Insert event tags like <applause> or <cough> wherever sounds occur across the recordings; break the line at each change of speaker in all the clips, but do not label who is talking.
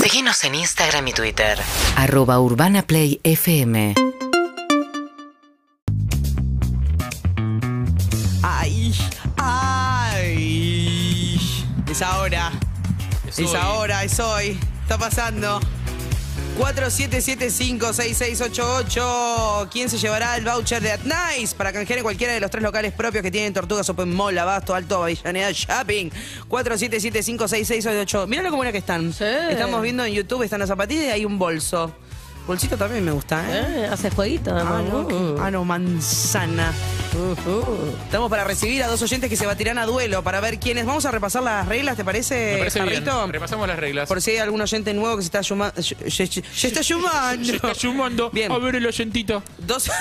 Seguinos en Instagram y Twitter.
Arroba Urbana Play FM.
¡Ay! ¡Ay! Es ahora. Es,
hoy.
ahora, es hoy. Está pasando. 47756688. ¿Quién se llevará el voucher de At Nice para canjear en cualquiera de los tres locales propios que tienen Tortugas Open Mall, Abasto, Alto, Avellaneda Shopping? 47756688. Mirá lo comuna que están.
Sí.
Estamos viendo en YouTube, están las zapatillas y hay un bolso. Bolsito también me gusta, ¿eh?
Eh, hace jueguito, Uh.
Ah, no,
mamú.
qué- ah, no, manzana.
Ujú.
Estamos para recibir a dos oyentes que se batirán a duelo para ver quiénes. Vamos a repasar las reglas, ¿te parece,
Me parece bien.
Jarrito?
Repasamos las reglas.
Por si hay algún oyente nuevo que se está sumando. Se está
Se está
sumando.
sumando.
Bien.
A ver el oyentito.
<laughs> Dos.
Esa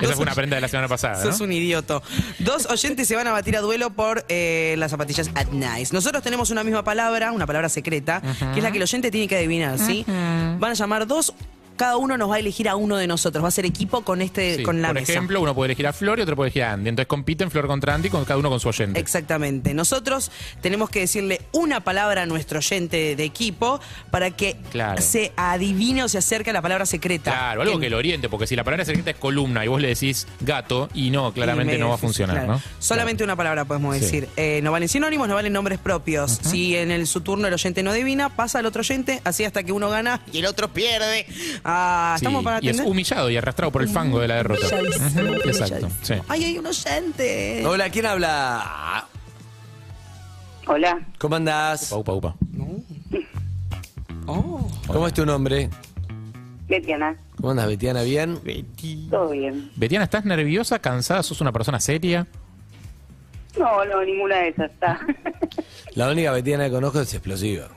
dos
fue una prenda de la semana pasada.
Sos
¿no?
un idioto. Dos oyentes se van a batir a duelo por eh, las zapatillas at nice. Nosotros tenemos una misma palabra, una palabra secreta, que es la que el oyente tiene que adivinar, ¿sí? Van a llamar dos, cada uno nos va a elegir a uno de nosotros. Va a ser equipo con este,
Sí,
con la
Por
mesa.
ejemplo, uno puede elegir a Flor y otro puede elegir a Andy. Entonces compiten Flor contra Andy, con cada uno con su oyente.
Exactamente. Nosotros tenemos que decirle una palabra a nuestro oyente de equipo para que
Claro.
se adivine o se acerque a la palabra secreta.
Claro, algo
Bien.
que lo oriente, porque si la palabra secreta es columna y vos le decís gato, y no,
Y
claramente
medio
no va a
difícil,
funcionar,
claro.
¿no?
Solamente una palabra podemos
Sí.
decir. Eh, no valen sinónimos, no valen nombres propios. Si en el, su turno el oyente no adivina, pasa al otro oyente, así hasta que uno gana y el otro pierde. Ah,
Sí,
estamos para
y es
atender.
humillado y arrastrado por el fango de la derrota. Ujú, Exacto. sí.
Ay, hay un oyente.
Hola, ¿quién habla? Ah,
Hola,
¿Cómo andás?
Upa, upa, upa.
Oh.
¿Cómo es tu nombre?
Betiana,
¿Cómo andás, Betiana? ¿Bien?
todo bien.
Betiana, ¿estás nerviosa, cansada? ¿Sos una persona seria?
No, no, ninguna de esas está. <laughs>
La única Betiana que conozco es explosiva.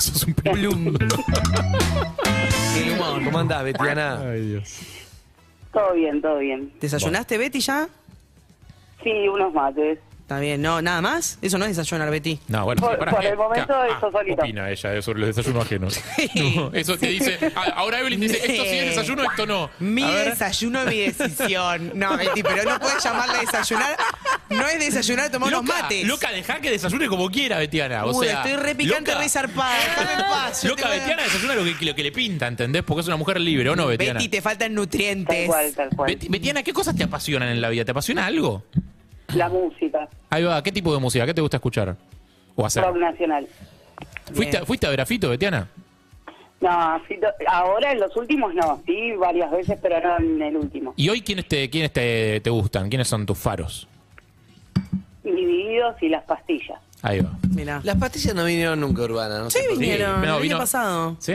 ¿Sos un pelum?
¿Cómo andás, Betiana?
todo bien, todo bien.
¿Desayunaste, Betty, ya?
Sí, unos mates.
Está bien, no, nada más. Eso no es desayunar, Betty.
No, bueno,
Por-
sí, pará,
por el
eh,
momento
ca-
eso
ah,
solito.
opina ella sobre los desayunos
<laughs>
ajenos. No, eso te dice. a- Ahora Evelyn dice: esto sí es desayuno, esto no.
Mi
A ver,
desayuno es mi decisión. No, Betty, pero no puedes llamarle desayunar. No es desayunar, tomar unos
loca,
mates.
Loca, dejá que desayune como quiera, Betiana. O
Uy,
sea,
estoy re picante,
loca,
re zarpada. Déjame en paz. yo
Loca,
te voy a-
Betiana desayuna lo que, lo que le pinta, ¿entendés? Porque es una mujer libre, ¿o no, Betiana?
Betty, te faltan
Tal
nutrientes.
cual, tal cual.
Bet- Betiana, ¿qué cosas te apasionan en la vida? ¿Te apasiona algo?
La música,
Ahí va, ¿qué tipo de música? ¿Qué te gusta escuchar? O hacer.
rock nacional.
¿Fuiste, a- ¿Fuiste a Grafito, Betiana?
No, sí, to- ahora en los últimos no, sí, varias veces, pero no en el último.
¿Y hoy quiénes te, quiénes te, te gustan? ¿Quiénes son tus faros?
Divididos y las pastillas.
Ahí va.
Mirá.
Las pastillas no vinieron nunca urbanas, no
Sí,
sé por qué,
vinieron.
no,
el
vino-
año pasado.
¿Sí?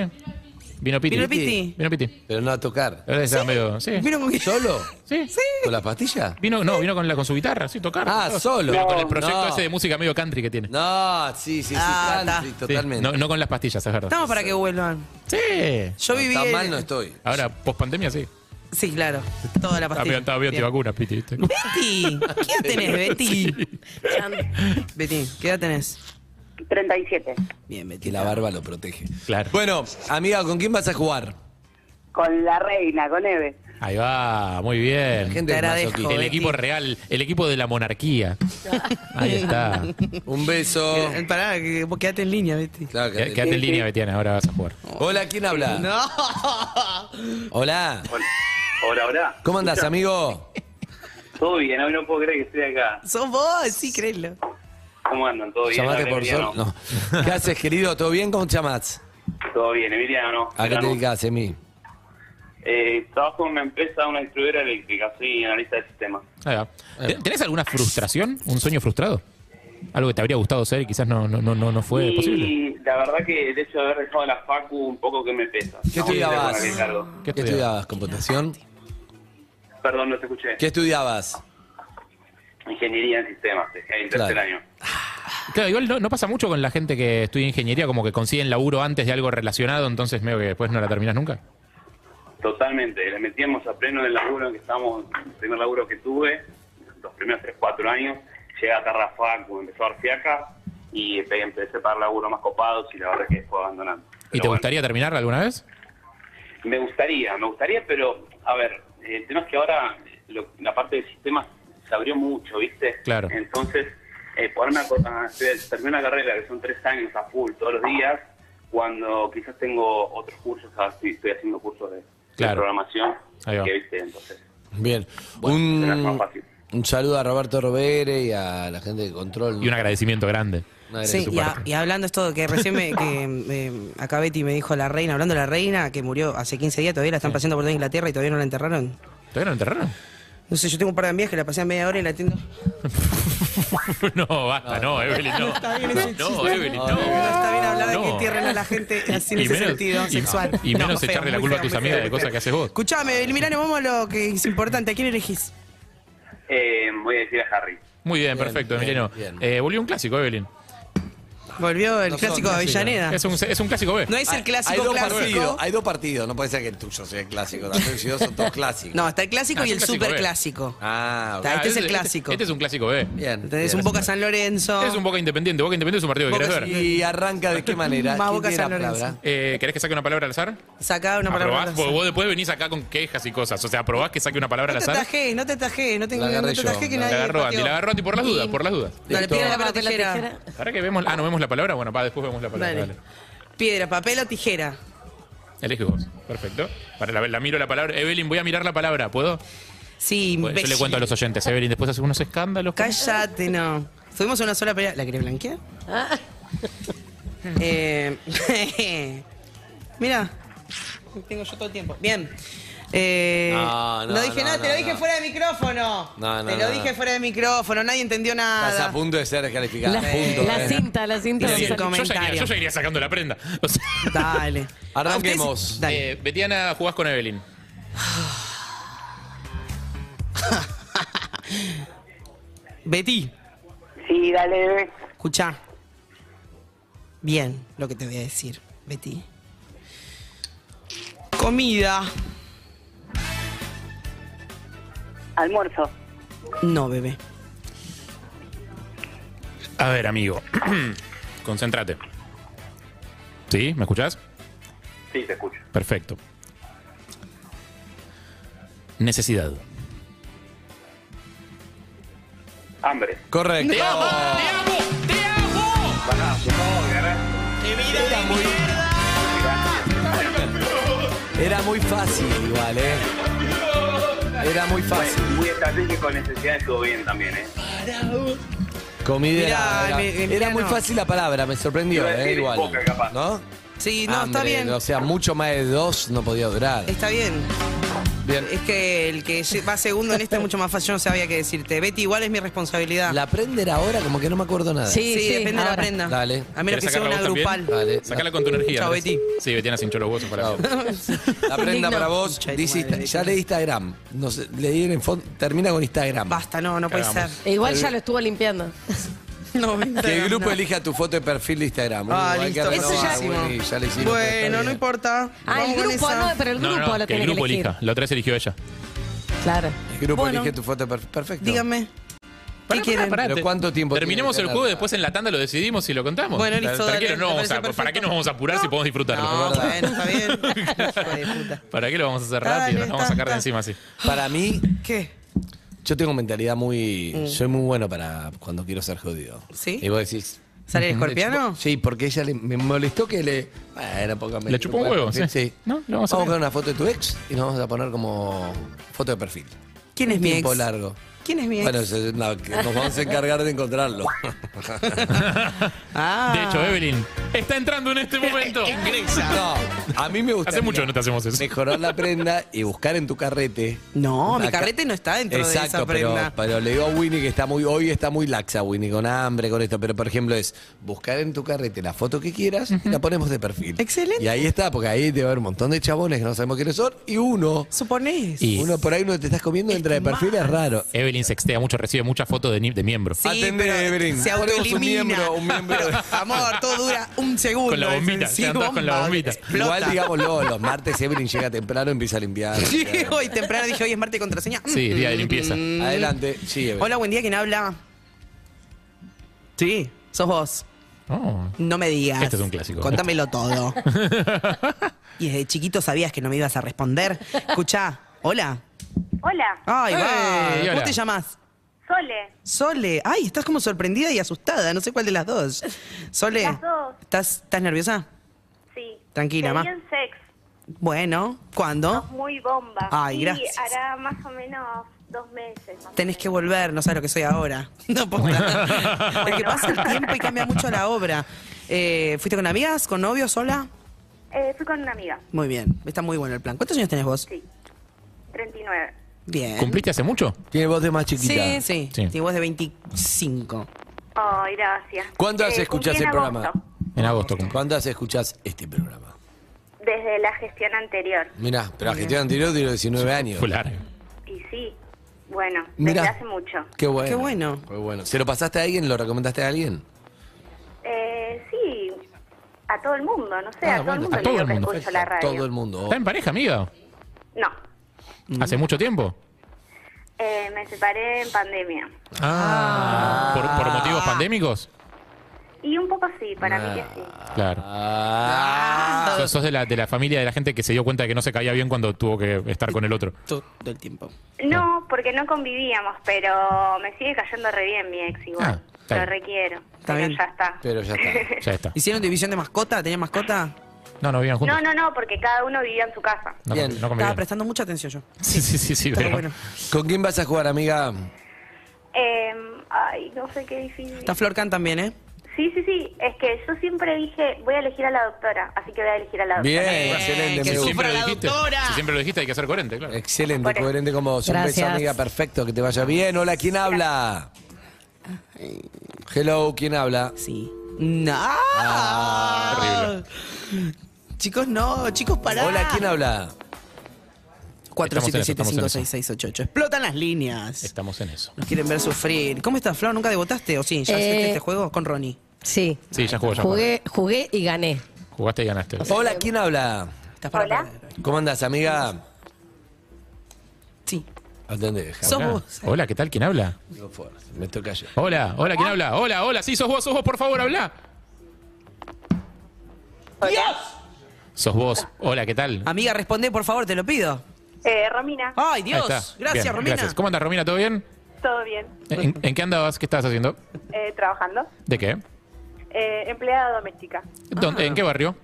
Vino Piti.
Vino Piti.
Vino Piti.
Pero no a tocar.
La verdad es que estaba medio- sí.
¿Vieron con qué?
¿Solo?
Sí.
¿Con las pastillas?
Vino, no, vino con, la, con su guitarra, sí, tocar.
Ah, solo.
Vino con el proyecto
No.
ese de música medio country que tiene.
No, sí, sí, sí,
Ah,
country,
está.
Sí,
totalmente.
No, no con las pastillas, es verdad.
Estamos para que vuelvan.
Sí.
Yo viví.
Tan
el-
mal no estoy.
Ahora, post pandemia, sí.
Sí, claro. Toda la
Estaba
pastilla.
bien, estaba bien, te
Bien.
vacunas, Piti. ¿viste?
Betty, ¿qué edad tenés, Betty? Betty, ¿qué edad tenés?
37,
Bien, Betty.
Que la barba lo protege.
Claro.
Bueno, amiga, ¿con quién vas a jugar?
con la reina, con Eve.
Ahí va, muy bien.
Te
Gente es
agradezco,
masoquista.
El
Betty.
equipo real, el equipo de la monarquía. Ahí está.
Un beso.
Eh, Pará, que vos quedate en línea, Betty.
Claro que
Qué-
te-
Quédate en línea, Betiana, ahora vas a jugar.
Hola, ¿quién habla? Hola.
Hola, hola.
¿Cómo andás, amigo?
¿Todo bien? Hoy no puedo creer que estoy acá.
<laughs> Sos vos, sí, créelo.
¿Cómo andan? ¿Todo bien?
¿Llamaste
Hola,
por
Emiliano.
sol? No. ¿Qué haces, querido? ¿Todo bien? ¿Cómo te llamás?
Todo bien, Emiliano, ¿no?
¿A qué te
Milano.
dedicas, Emi?
Eh, trabajo en una empresa, una distribuidora eléctrica, soy analista de sistemas.
Ahí va. ¿Ten- ¿Tenés alguna frustración? ¿Un sueño frustrado? Algo que te habría gustado ser y quizás no, no, no, no no fue
y
Pues, posible.
la verdad que el hecho de haber dejado la facu un poco que me pesa.
¿Qué
No voy a ser
estudiabas?
con aquel cargo.
¿Qué
¿Qué
estudiabas? ¿Computación?
Perdón, no te escuché.
¿Qué estudiabas?
Ingeniería en sistemas, dejé el tercer
Claro.
año.
Claro, igual no, no pasa mucho con la gente que estudia ingeniería, como que consiguen laburo antes de algo relacionado, entonces medio que después no la terminas nunca.
Totalmente, le metíamos a pleno en el laburo en que estábamos, el primer laburo que tuve, los primeros 3, 4 años, llegué a Tarrafacu, empezó a dar fiaca y empe- empecé para laburo más copados y la verdad que fue abandonando.
¿Y
Pero
te
bueno,
gustaría terminarla alguna vez?
Me gustaría, me gustaría, pero a ver, eh, el tema es que ahora eh, lo- la parte del sistema se abrió mucho, ¿viste?
Claro.
Entonces, eh, ponerme a, co- a estudiar- terminar una carrera que son tres años a full todos los días, cuando quizás tengo otros cursos así, estoy haciendo cursos de, de
Claro.
programación,
Ahí va.
que viste, entonces
Bien.
será más
un,
fácil.
un saludo a Roberto Robere y a la gente de control.
Y un agradecimiento grande.
Una
Sí,
gracia.
y, a- y hablando esto que recién me, que, eh, acá Betty me dijo la reina, hablando de la reina que murió hace 15 días, todavía la están paseando por toda Inglaterra y todavía no la enterraron.
¿Todavía no enterraron? <laughs>
No sé, yo tengo un par de amigas que la pasé a media hora y la atiendo.
no, basta, no, Evelyn, no. No, Evelyn,
No,
no.
No, está bien hablar de que
No.
entierren a la
<laughs>
gente así en ese sentido
y-
sexual.
y menos
No, feo,
echarle la
muy
culpa a
feo,
tus
muy
amigas
feo, muy
de cosas
feo.
que haces vos.
Escuchame, Milano, vamos a lo que es importante. ¿A quién elegís?
Eh, voy a decir a Harry.
Muy bien,
Bien,
perfecto,
bien,
Emiliano.
bien.
Eh, volvió un clásico, Evelyn.
Volvió el
No son
clásico de
clásicos.
Avellaneda.
Es un, es un clásico B.
Ah. No es el
hay
clásico
dos
clásico.
partidos, hay dos partidos, no puede ser que el tuyo sea el clásico, también si dos son todos clásicos.
No, está el clásico
Ah,
y
es
el
un clásico
super
B.
clásico.
Ah, ok.
Está- este es el
este-
clásico.
Este, es un clásico B.
bien.
Entonces,
bien.
un Boca San Lorenzo.
Es un Boca Independiente. Boca Independiente es un partido que
Boca
querés ver.
Independiente.
Y arranca de qué
<laughs>
manera.
Más
¿Quién
Boca
tiene
San
la
Lorenzo.
palabra?
Eh, ¿Querés que saque una palabra al azar?
Sacá una palabra.
¿Aprobás?
al
Porque
azar.
vos después venís acá con quejas y cosas. O sea, ¿aprobás que saque una palabra
No
al
te
azar?
tajé, no te tajé, no te,
La agarré
no te
yo.
tajé que
La
La
nadie.
agarró Andy,
pateó.
la agarró Andy por las dudas, por las dudas.
Dale,
Listo.
piedra, papel
Papel o
o tijera.
tijera.
¿Para que vemos? la- Ah, no vemos la palabra. Bueno, para después vemos la palabra.
Dale.
Dale.
Piedra, papel o tijera.
Elige vos. Perfecto. Para la, la miro la palabra. Evelyn, voy a mirar la palabra. ¿Puedo?
Sí,
Bueno,
imbécil.
yo le cuento a los oyentes. Evelyn, después hace unos escándalos.
Cállate, no. Tuvimos una sola pelea. ¿La querés blanquear?
Ah.
<laughs> eh, Mira. Tengo yo todo el tiempo. Bien. Eh,
No, no,
lo dije
no,
nada, te
no,
lo dije
no.
fuera de micrófono.
No, no,
Te lo
no,
dije
no.
fuera de micrófono, nadie entendió
Estás a
nada.
punto de ser descalificada.
La,
punto,
la
eh.
cinta, la cinta.
Yo
Sin
de
ya- yo, ya iría,
comentario.
yo ya iría sacando la prenda. O sea,
Dale.
<laughs> Arranquemos.
A ustedes- Dale.
eh, Betiana, jugás con Evelyn.
Betty,
Sí, dale, bebé.
escucha. Bien, lo que te voy a decir, Betty. Comida.
Almuerzo.
No, bebé.
A ver, amigo. <clears throat> Concéntrate. ¿Sí? ¿Me escuchás?
Sí, te escucho.
Perfecto. Necesidad.
Hambre.
Correcto.
Pará, por favor, agarrá.
Era muy, era muy fácil igual, ¿eh? Era muy fácil.
Muy estratégico, necesidad estuvo bien también, ¿eh?
Comida.
Mirá,
era,
me- me-
era muy
no.
fácil la palabra, me sorprendió,
Iba a
¿eh?
decir
Igual.
poca, capaz.
¿No?
Sí, no, está
Hambre,
bien.
O sea, mucho más de dos no podía durar.
Está bien.
Bien.
Es que el que lle- va segundo en esta es mucho más fácil, yo no sabía qué decirte. Betty, igual es mi responsabilidad.
La prender ahora, como que no me acuerdo nada.
Sí, sí,
depende de la
ahora.
prenda.
Dale.
A menos
¿Querés
que sea
sacarla
una
vos
grupal.
también?
Dale.
Sacala con tu energía.
Chao,
Andrés.
Betty.
Sí, Betiana se hinchó los huesos
<laughs>
para
Chao. La prenda para vos. Dice, Insta- ya leí Instagram. No sé, le di en fondo. Termina con Instagram.
Basta, no, no puede
Cagamos.
ser.
E igual ya lo
<laughs>
estuvo limpiando.
No,
Que el
Instagram,
grupo
no.
elija tu foto de perfil de Instagram. Uh,
Ah,
hay que
listo. Eso
renovar,
ya,
Willy, ya lo hicimos, pero está
Bueno, no
bien.
importa.
Ah, el
Vamos con
grupo,
esa.
no, pero el
No,
grupo
no,
lo
que
tiene
el grupo
que elegir.
elija. La otra vez eligió ella.
Claro.
El grupo
Bueno.
elige tu foto de perfil. Perfecto.
Díganme. ¿Qué quieren?
pará. Pero
te-
¿cuánto tiempo
Terminemos
tiene
el
que
juego
ganar?
y después en la tanda lo decidimos y lo contamos.
Bueno, listo,
Tranquilo,
dale,
no
me
vamos
parece
a- ¿Para qué
perfecto.
nos vamos a apurar si podemos disfrutarlo?
No,
verdad.
bueno, está bien.
<laughs>
Hijo de puta.
¿Para qué lo vamos a hacer
Dale,
rápido? Nos vamos a
está,
sacar de
está.
encima así.
Para mí,
¿Qué?
yo tengo mentalidad muy. Soy muy bueno para cuando quiero ser jodido.
Mm. ¿Sí?
Y vos decís.
¿Sale el escorpiano?
Sí, porque ella le- me molestó que le. Bueno, póngame.
Le chupó un huevo, sí.
Sí.
No, lo
Vamos
vamos
a
a
poner una foto de tu ex y nos vamos a poner como foto de perfil.
¿Quién es mi ex?
Tiempo largo.
¿Quién es mi ex?
Bueno, se- no, que nos vamos a encargar
<laughs>
de encontrarlo.
ah.
De hecho, eh. Evelyn está entrando en este
<laughs>
momento.
no, a mí me gusta.
Hace mucho que no te hacemos eso.
Mejorar la prenda y buscar en tu carrete.
No,
Una
mi carrete
ca-
no está dentro de
Exacto,
esa
pero-
prenda.
Pero, le digo a Winnie que está muy, hoy está muy laxa, Winnie, con hambre, con esto. Pero por ejemplo, es buscar en tu carrete la foto que quieras y la ponemos de perfil.
Excelente.
Y ahí está, porque ahí te va a haber un montón de chabones que no sabemos quiénes son. Y uno,
¿Suponés?
Y-
uno por ahí uno te estás comiendo entra de perfil, es raro.
Evelyn sextea mucho, recibe muchas fotos de, ni- de miembro.
Sí,
Atendé,
pero
Evelyn.
Se
Ponemos
autoelimina.
un miembro, un miembro.
Pero, amor, todo dura un segundo.
Con la bombita,
Sí,
te andás con la bombita.
explota.
Igual digámoslo, los martes Evelyn llega temprano y empieza a limpiar.
Sí, hoy temprano dije, hoy es martes de contraseña. Mm.
Sí, día de limpieza.
Adelante, sí, Evelyn.
Hola, buen día, ¿quién habla? Sí, sos vos.
Oh.
No me digas.
Este es un clásico.
Contámelo
<laughs>
todo. y desde chiquito sabías que no me ibas a responder. Escuchá, hola.
Hola,
Ah.
Ay, va.
Ey,
¿Cómo
hola.
te llamás?
Sole.
Sole. Ay, estás como sorprendida y asustada. No sé cuál de las dos. Sole.
Las dos.
¿Estás, estás nerviosa? Tranquila, ma.
Tenían sex.
Bueno, ¿cuándo?
Sos muy bomba.
Ay,
Y
gracias.
hará más o menos dos meses. más o
Tenés que
menos.
volver, no sabes lo que soy ahora. <laughs> No, posta. Porque pasa el tiempo y cambia mucho la obra. Eh, ¿Fuiste con amigas, con novios, sola?
Eh, fui con una amiga,
Muy bien, está muy bueno el plan. ¿Cuántos años tenés vos?
sí. 39.
Bien.
¿Cumpliste hace mucho?
Tiene voz de más chiquita.
Sí, sí.
Sí.
Y vos de 25.
Ay, gracias.
¿Cuándo
Eh,
hace
cumplí
escuchás
en
el programa?
agosto,
En agosto. cumplí.
¿Cuándo hace escuchás este programa?
Desde la gestión anterior.
Mirá, pero la gestión anterior tiene 19 años.
Fue largo.
Y sí, bueno,
Mirá.
desde hace mucho.
Qué bueno.
Qué bueno.
Qué bueno. ¿Se lo pasaste a alguien? ¿Lo recomendaste a alguien?
Eh, sí, a todo el mundo, no sé,
Ah,
a todo
bueno,
el mundo
a
le
todo
digo
el
que
mundo,
escucho la radio.
Todo el mundo.
¿Está en pareja, amiga?
No,
¿Hace mucho tiempo?
eh, me separé en pandemia.
Ah. ¿Por, por motivos pandémicos?
Y un poco sí, para mí que sí.
Claro.
Ah.
Sos, sos de, la, de la familia de la gente que se dio cuenta de que no se caía bien cuando tuvo que estar con el otro.
Todo el tiempo.
No, porque no convivíamos, pero me sigue cayendo re bien mi ex igual.
Ah, está
Lo
bien.
requiero,
Está
pero
bien.
ya está.
Pero ya
<laughs>
está.
Ya está.
¿Hicieron división de mascota? ¿Tenían mascota?
No, no vivían juntos.
No, no, no, porque cada uno vivía en su casa.
No,
Bien.
con- no
Estaba
convivían.
prestando mucha atención yo.
Sí, sí, sí, sí.
Pero
veo.
bueno.
¿Con quién vas a jugar, amiga?
Eh, ay, no sé qué difícil.
Está Florcan también, ¿eh?
Sí, sí, sí, es que yo siempre dije, voy a elegir a la doctora, así que voy a elegir a la doctora.
Bien, excelente.
que
me
Si
gusta.
sufra
siempre, lo
la
dijiste,
doctora.
si siempre lo dijiste, hay que ser coherente, claro.
Excelente,
Por eso.
coherente como vos. Un beso,
Gracias.
amiga, perfecto, que te vaya bien. Hola, ¿quién habla? Hello, ¿quién habla?
Sí. ¡No!
Ah,
Chicos, no. Chicos, pará.
Hola, ¿quién habla?
Estamos en eso, estamos en
47756688. Explotan las líneas.
Estamos en eso.
Nos quieren ver sufrir. ¿Cómo estás, Flor? ¿Nunca devotaste? ¿O sí? ¿Ya
Eh.
hiciste este juego con Ronnie?
Sí.
Sí, ya jugó, ya jugó.
Jugué, jugué y gané.
Jugaste y ganaste.
Hola, ¿quién habla?
¿Estás para
Hola.
perder.
¿Cómo andás, amiga?
Sí.
Atendé,
So-
Hola.
vos.
Hola, ¿qué tal? ¿Quién habla?
me toca yo.
Hola, hola,
Ah.
¿quién habla? Hola, hola, sí, sos vos, sos vos, por favor, habla. Sos vos. Hola, ¿qué tal?
Amiga, responde, por favor, te lo pido.
Eh, Romina,
¡Ay,
Ahí
Dios!
está.
Gracias,
Bien,
Romina.
Gracias. ¿Cómo andas, Romina? ¿Todo bien?
todo bien,
¿En, en qué andabas? ¿Qué estabas haciendo?
eh, trabajando,
¿De qué?
eh, empleada doméstica.
Ah.
¿Dónde- ¿En qué barrio?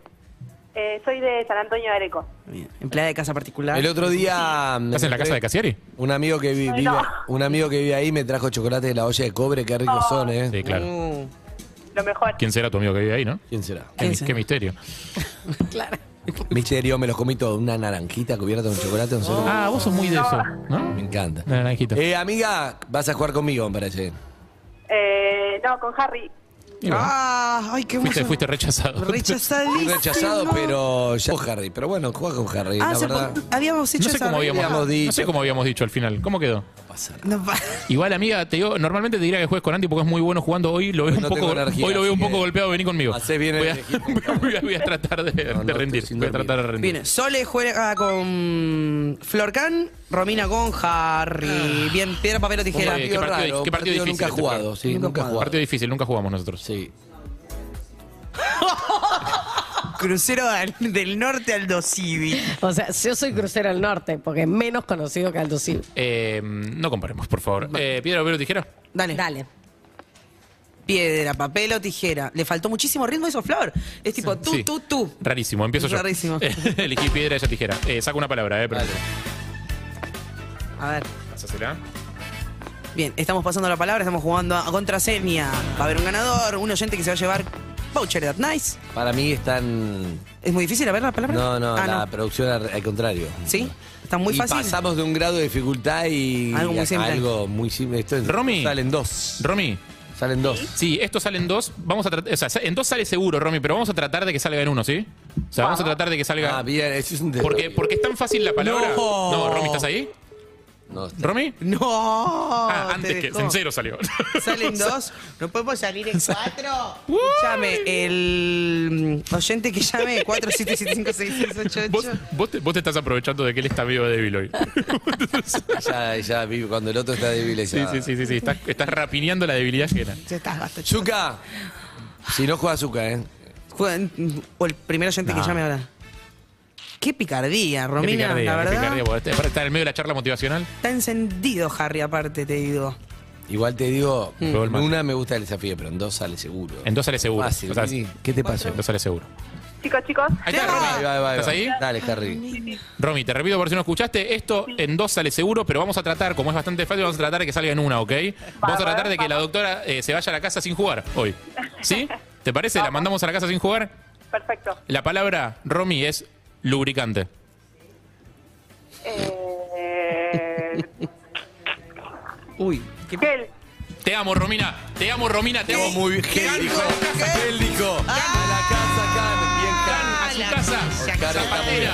Eh, soy de San Antonio de Areco.
Bien. Empleada de casa particular.
El otro día. me
¿Estás en la
encontré-
casa de Casieri?
Un amigo que vi- vive, un amigo que vive ahí me trajo chocolate de la olla de cobre, qué
Oh.
ricos son, ¿eh?
Sí, claro.
Uh,
Lo mejor.
¿Quién será tu amigo que vive ahí, no?
¿Quién será?
Qué, mis-
será?
qué misterio.
Misterio, me los comí todo, una naranjita cubierta con chocolate, no sé.
Ah, vos sos muy de eso,
Me
¿no?
encanta.
La naranjita.
Eh, amiga, vas a jugar conmigo, me parece.
Eh, no, con Harry.
Y bueno,
¡Ah! ¡Ay, qué
fuiste,
emoción.
fuiste rechazado.
Fui
Rechazadísimo.
rechazado, pero ya con Harry. Pero bueno, juega con Harry,
Ah,
la
se
verdad.
pon- habíamos hecho
<laughs> eh, No sé
esa
cómo
regla.
Habíamos
habíamos,
dicho.
no sé cómo habíamos dicho al final. ¿Cómo quedó?
No pa-
Igual, amiga, te digo, normalmente te diría que juegues con Andy porque es muy bueno jugando. Hoy lo veo
Hoy no
un poco,
tengo energía,
hoy lo veo
así
un poco
que
golpeado, vení conmigo.
hacé bien
<laughs>
el
voy, a,
equipo.
voy a- voy a tratar de, de
no, estoy
rendir.
sin
Voy a
dormir.
tratar de rendir.
Bien, Sole juega con Florcan, Romina con Harry. Bien, piedra, papel o
Un
tijera.
Bien, Ah. qué partido dif- qué partido difícil
nunca
este
jugado,
partido.
sí, nunca jugado.
Partido difícil, nunca jugamos nosotros.
Sí.
Crucero al- del norte al Dosivi.
O sea, yo
Mm.
soy crucero al norte, porque es menos conocido que Aldo Cid.
Eh, no comparemos, por favor. Eh, piedra, papel o tijera.
Dale.
Dale.
Piedra, papel o tijera. Le faltó muchísimo ritmo a eso, Flor. Es tipo tú,
Sí.
tú, tú.
Rarísimo, empiezo yo.
Rarísimo.
<laughs> Elegí piedra, ella tijera. Eh, saco una palabra, eh, pero.
A ver.
Pásasela.
Bien, estamos pasando la palabra, estamos jugando a contraseña. Va a haber un ganador, un oyente que se va a llevar voucher de That Nice.
Para mí están.
¿Es muy difícil a ver la palabra?
No, no,
Ah,
la producción al, al contrario.
¿Sí? Está muy
y
fácil.
Pasamos de un grado de dificultad y.
Algo muy
a-
simple.
Algo muy simple. Esto es-
Romy.
Salen dos.
Romy,
Salen dos.
Sí, esto sale en dos. Vamos a tratar, o sea, en dos sale seguro, Romy, pero vamos a tratar de que salga en uno, ¿sí? O sea, vamos a tratar de que salga.
Ah, bien, eso es un
porque, porque es tan fácil la palabra.
No.
Romy, ¿estás ahí?
No, está-
¿Romy?
No.
ah,
te
antes que.
dejó.
En cero salió. <laughs>
Salen dos. ¿No podemos salir en cuatro? Llame el mm, oyente que llame 47756688.
<laughs> Vos, vos te, vos te estás aprovechando de que él está medio
<laughs>
débil hoy.
ya, ya vive cuando el otro está débil.
sí,
ya-
sí, sí, sí, sí. Estás, estás rapineando la debilidad ajena.
Ya estás, gasto.
Zuka. Si no juega Zuka, ¿eh?
Juegan, mm, O el primer oyente que llame ahora. Qué picardía,
Qué
Romina,
picardía,
la
qué
verdad.
picardía, porque este- aparte está en el medio de la charla motivacional.
Está encendido Harry, aparte, te digo.
Igual te digo,
Pegó el
en
mate.
una me gusta el desafío, pero en dos sale seguro.
En dos sale seguro.
Fácil,
O sea,
Mini, ¿Qué te pasó?
En dos sale seguro.
Chicos, chicos.
Ahí está,
Tema.
Romy.
Ahí va, ahí va, ahí
¿Estás
va.
ahí?
Dale, Harry.
Romy, te repito por si no escuchaste, esto en dos sale seguro, pero vamos a tratar, como es bastante fácil, vamos a tratar de que salga en una, ¿ok? Vamos a tratar de que la doctora eh, se vaya a la casa sin jugar hoy. ¿Sí? ¿Te parece? ¿La mandamos a la casa sin jugar?
Perfecto.
La palabra, Romy, es lubricante.
Eh,
Uy, qué
gel.
Te amo, Romina. Te amo, Romina. Te amo.
Muy bien. Gélico, gélico. A
A su casa.
la casa, Can. Bien,
Zapatera.
Can. Harry, está muy bien.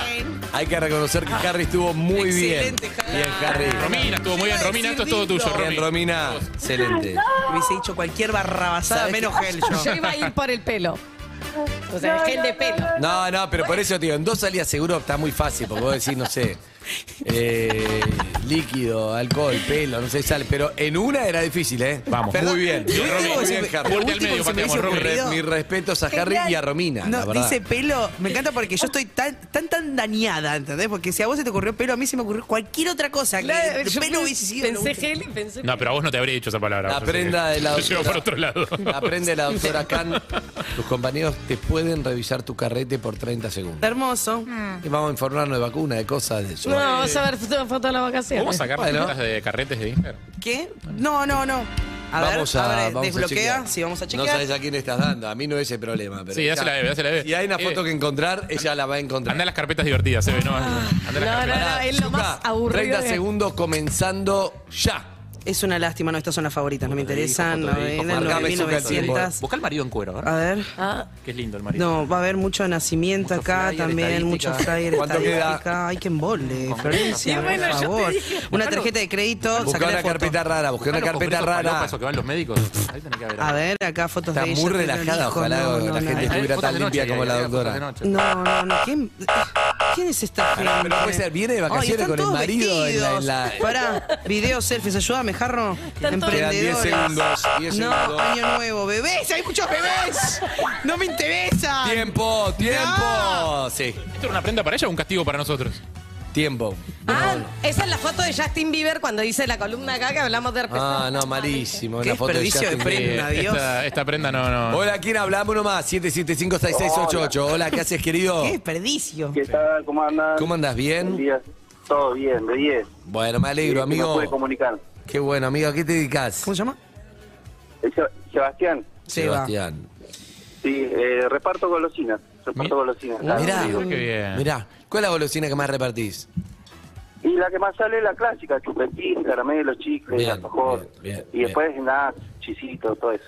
Hay que reconocer que Harry estuvo muy bien.
Excelente, Harry.
Bien, Harry.
Romina, estuvo muy bien. Romina, esto es todo tuyo,
Bien,
Romina.
Romina. Excelente.
Hubiese dicho cualquier barrabasada
¿Sabes
menos
qué? <laughs>
gel yo.
Yo iba a ir por el pelo. O sea, el gel de pelo.
No, no, pero por eso, tío, en dos salidas seguro está muy fácil, porque vos decís, no sé, eh, líquido, alcohol, pelo, no sé, sal, pero en una era difícil, ¿eh?
Vamos.
Muy bien,
Yo, Romy,
muy bien,
lo
Harry.
último medio,
Mis
pateamos,
respetos-
Romy.
re- Mis respetos a Harry y a Romina, la
No,
verdad.
dice pelo, me encanta porque yo estoy tan, tan, tan dañada, ¿entendés? Porque si a vos se te ocurrió pelo, a mí se me ocurrió cualquier otra cosa. que el
yo
pelo hubiese sido lo
pensé
último.
gel y pensé
No, pero a vos no te habría dicho esa palabra.
La
Yo sé
prenda
que- <laughs>
de la
Yo llevo por otro lado. <laughs>
Aprende la doctora Khan, tus compañeros te pueden revisar tu carrete por 30
Está
segundos.
hermoso.
Mm.
Y vamos a informarnos de vacuna, de cosas, de eso.
No, vamos a ver foto, foto de la vacación.
¿Cómo eh, sacar
Bueno.
las de carretes de Instagram?
¿Qué? No, no, no. A
vamos
ver,
a,
abre,
vamos a
desbloquea.
chequear.
sí, vamos a
No
chequear.
sabes a quién le estás dando. A mí no es ese problema. Pero
Sí,
ya-
dásela a Eve, dásela a Eve.
Si hay una foto
Eve.
que Ah, encontrar, ella la va a encontrar.
Anda a Eh, las carpetas divertidas, se ve, ¿no? Anda a
No,
las carpetas.
no, no.
Pará,
es lo
Zucca,
más aburrido
30
que-
segundos comenzando ya.
es una lástima, no, estas son las favoritas, no me interesan. No, eh, del
Marcame su
9900.
Busca al marido en cuero, ¿verdad?
A ver.
Ah,
Que es lindo el marido.
No, va a haber mucho nacimiento
Mucho
acá
flyer,
también, mucho
estadística.
flyer,
¿Cuánto
estadística.
queda?
Ay, qué embole, Florencia,
Y bueno,
por
yo te
favor.
dije,
una
buscalo.
tarjeta de crédito,
Busca
sacale
una
foto.
carpeta rara, busca
Busca
una
los
carpeta
congresos
rara.
palopos o que van los médicos. Ahí tenés que haber
A
algo.
ver, acá fotos
Está
de
muy
ella, pero
relajada,
dijo,
ojalá
no,
la
no,
gente
no.
estuviera
Fotos
tan
de noche,
limpia
ahí,
como
ahí,
la
ahí, fotos de
doctora.
noche.
No, no, no. ¿Quién, ¿quién es esta gente?
Pero puede ser, viene de vacaciones
Ay, están
con el
todos
marido en la- en la-
vestidos. Pará, videos, selfies, ayúdame, jarro.
Están todos-
Quedan 10
Emprendedores.
segundos. 10
no,
segundos.
año nuevo, bebés, hay muchos bebés. No me interesa.
Tiempo, tiempo. Sí,
¿Esto era una prenda para ella o un castigo para nosotros?
tiempo.
ah, esa es la foto de Justin Bieber cuando hice la columna acá que hablamos de
Ah, no, malísimo.
Qué
Una foto de
desperdicio de
Justin
premio.
Bieber.
Eh,
adiós.
esta, esta prenda no, no.
Hola, ¿quién habla? Uno más, 775-6688. Hola, ¿qué haces, querido?
Qué desperdicio.
¿Qué tal? ¿Cómo andan?
¿Cómo andas?
Buen
¿Bien?
día. Todo bien, de 10.
Bueno, me
Sí,
alegro,
Me pude
amigo.
comunicar.
Qué bueno, amigo. ¿A qué te dedicas?
¿Cómo se llama?
Eh, Seb- Sebastián,
Seba.
Sebastián.
sí, eh, reparto golosinas. Reparto golosinas. claro.
Mirá,
Qué bien.
mirá. ¿Cuál es la golosina que más repartís?
Y la que más sale es la clásica, chupetín, caramelos, chicles,
Bien,
alfajor.
bien, bien,
Y después nada, chisito, todo eso.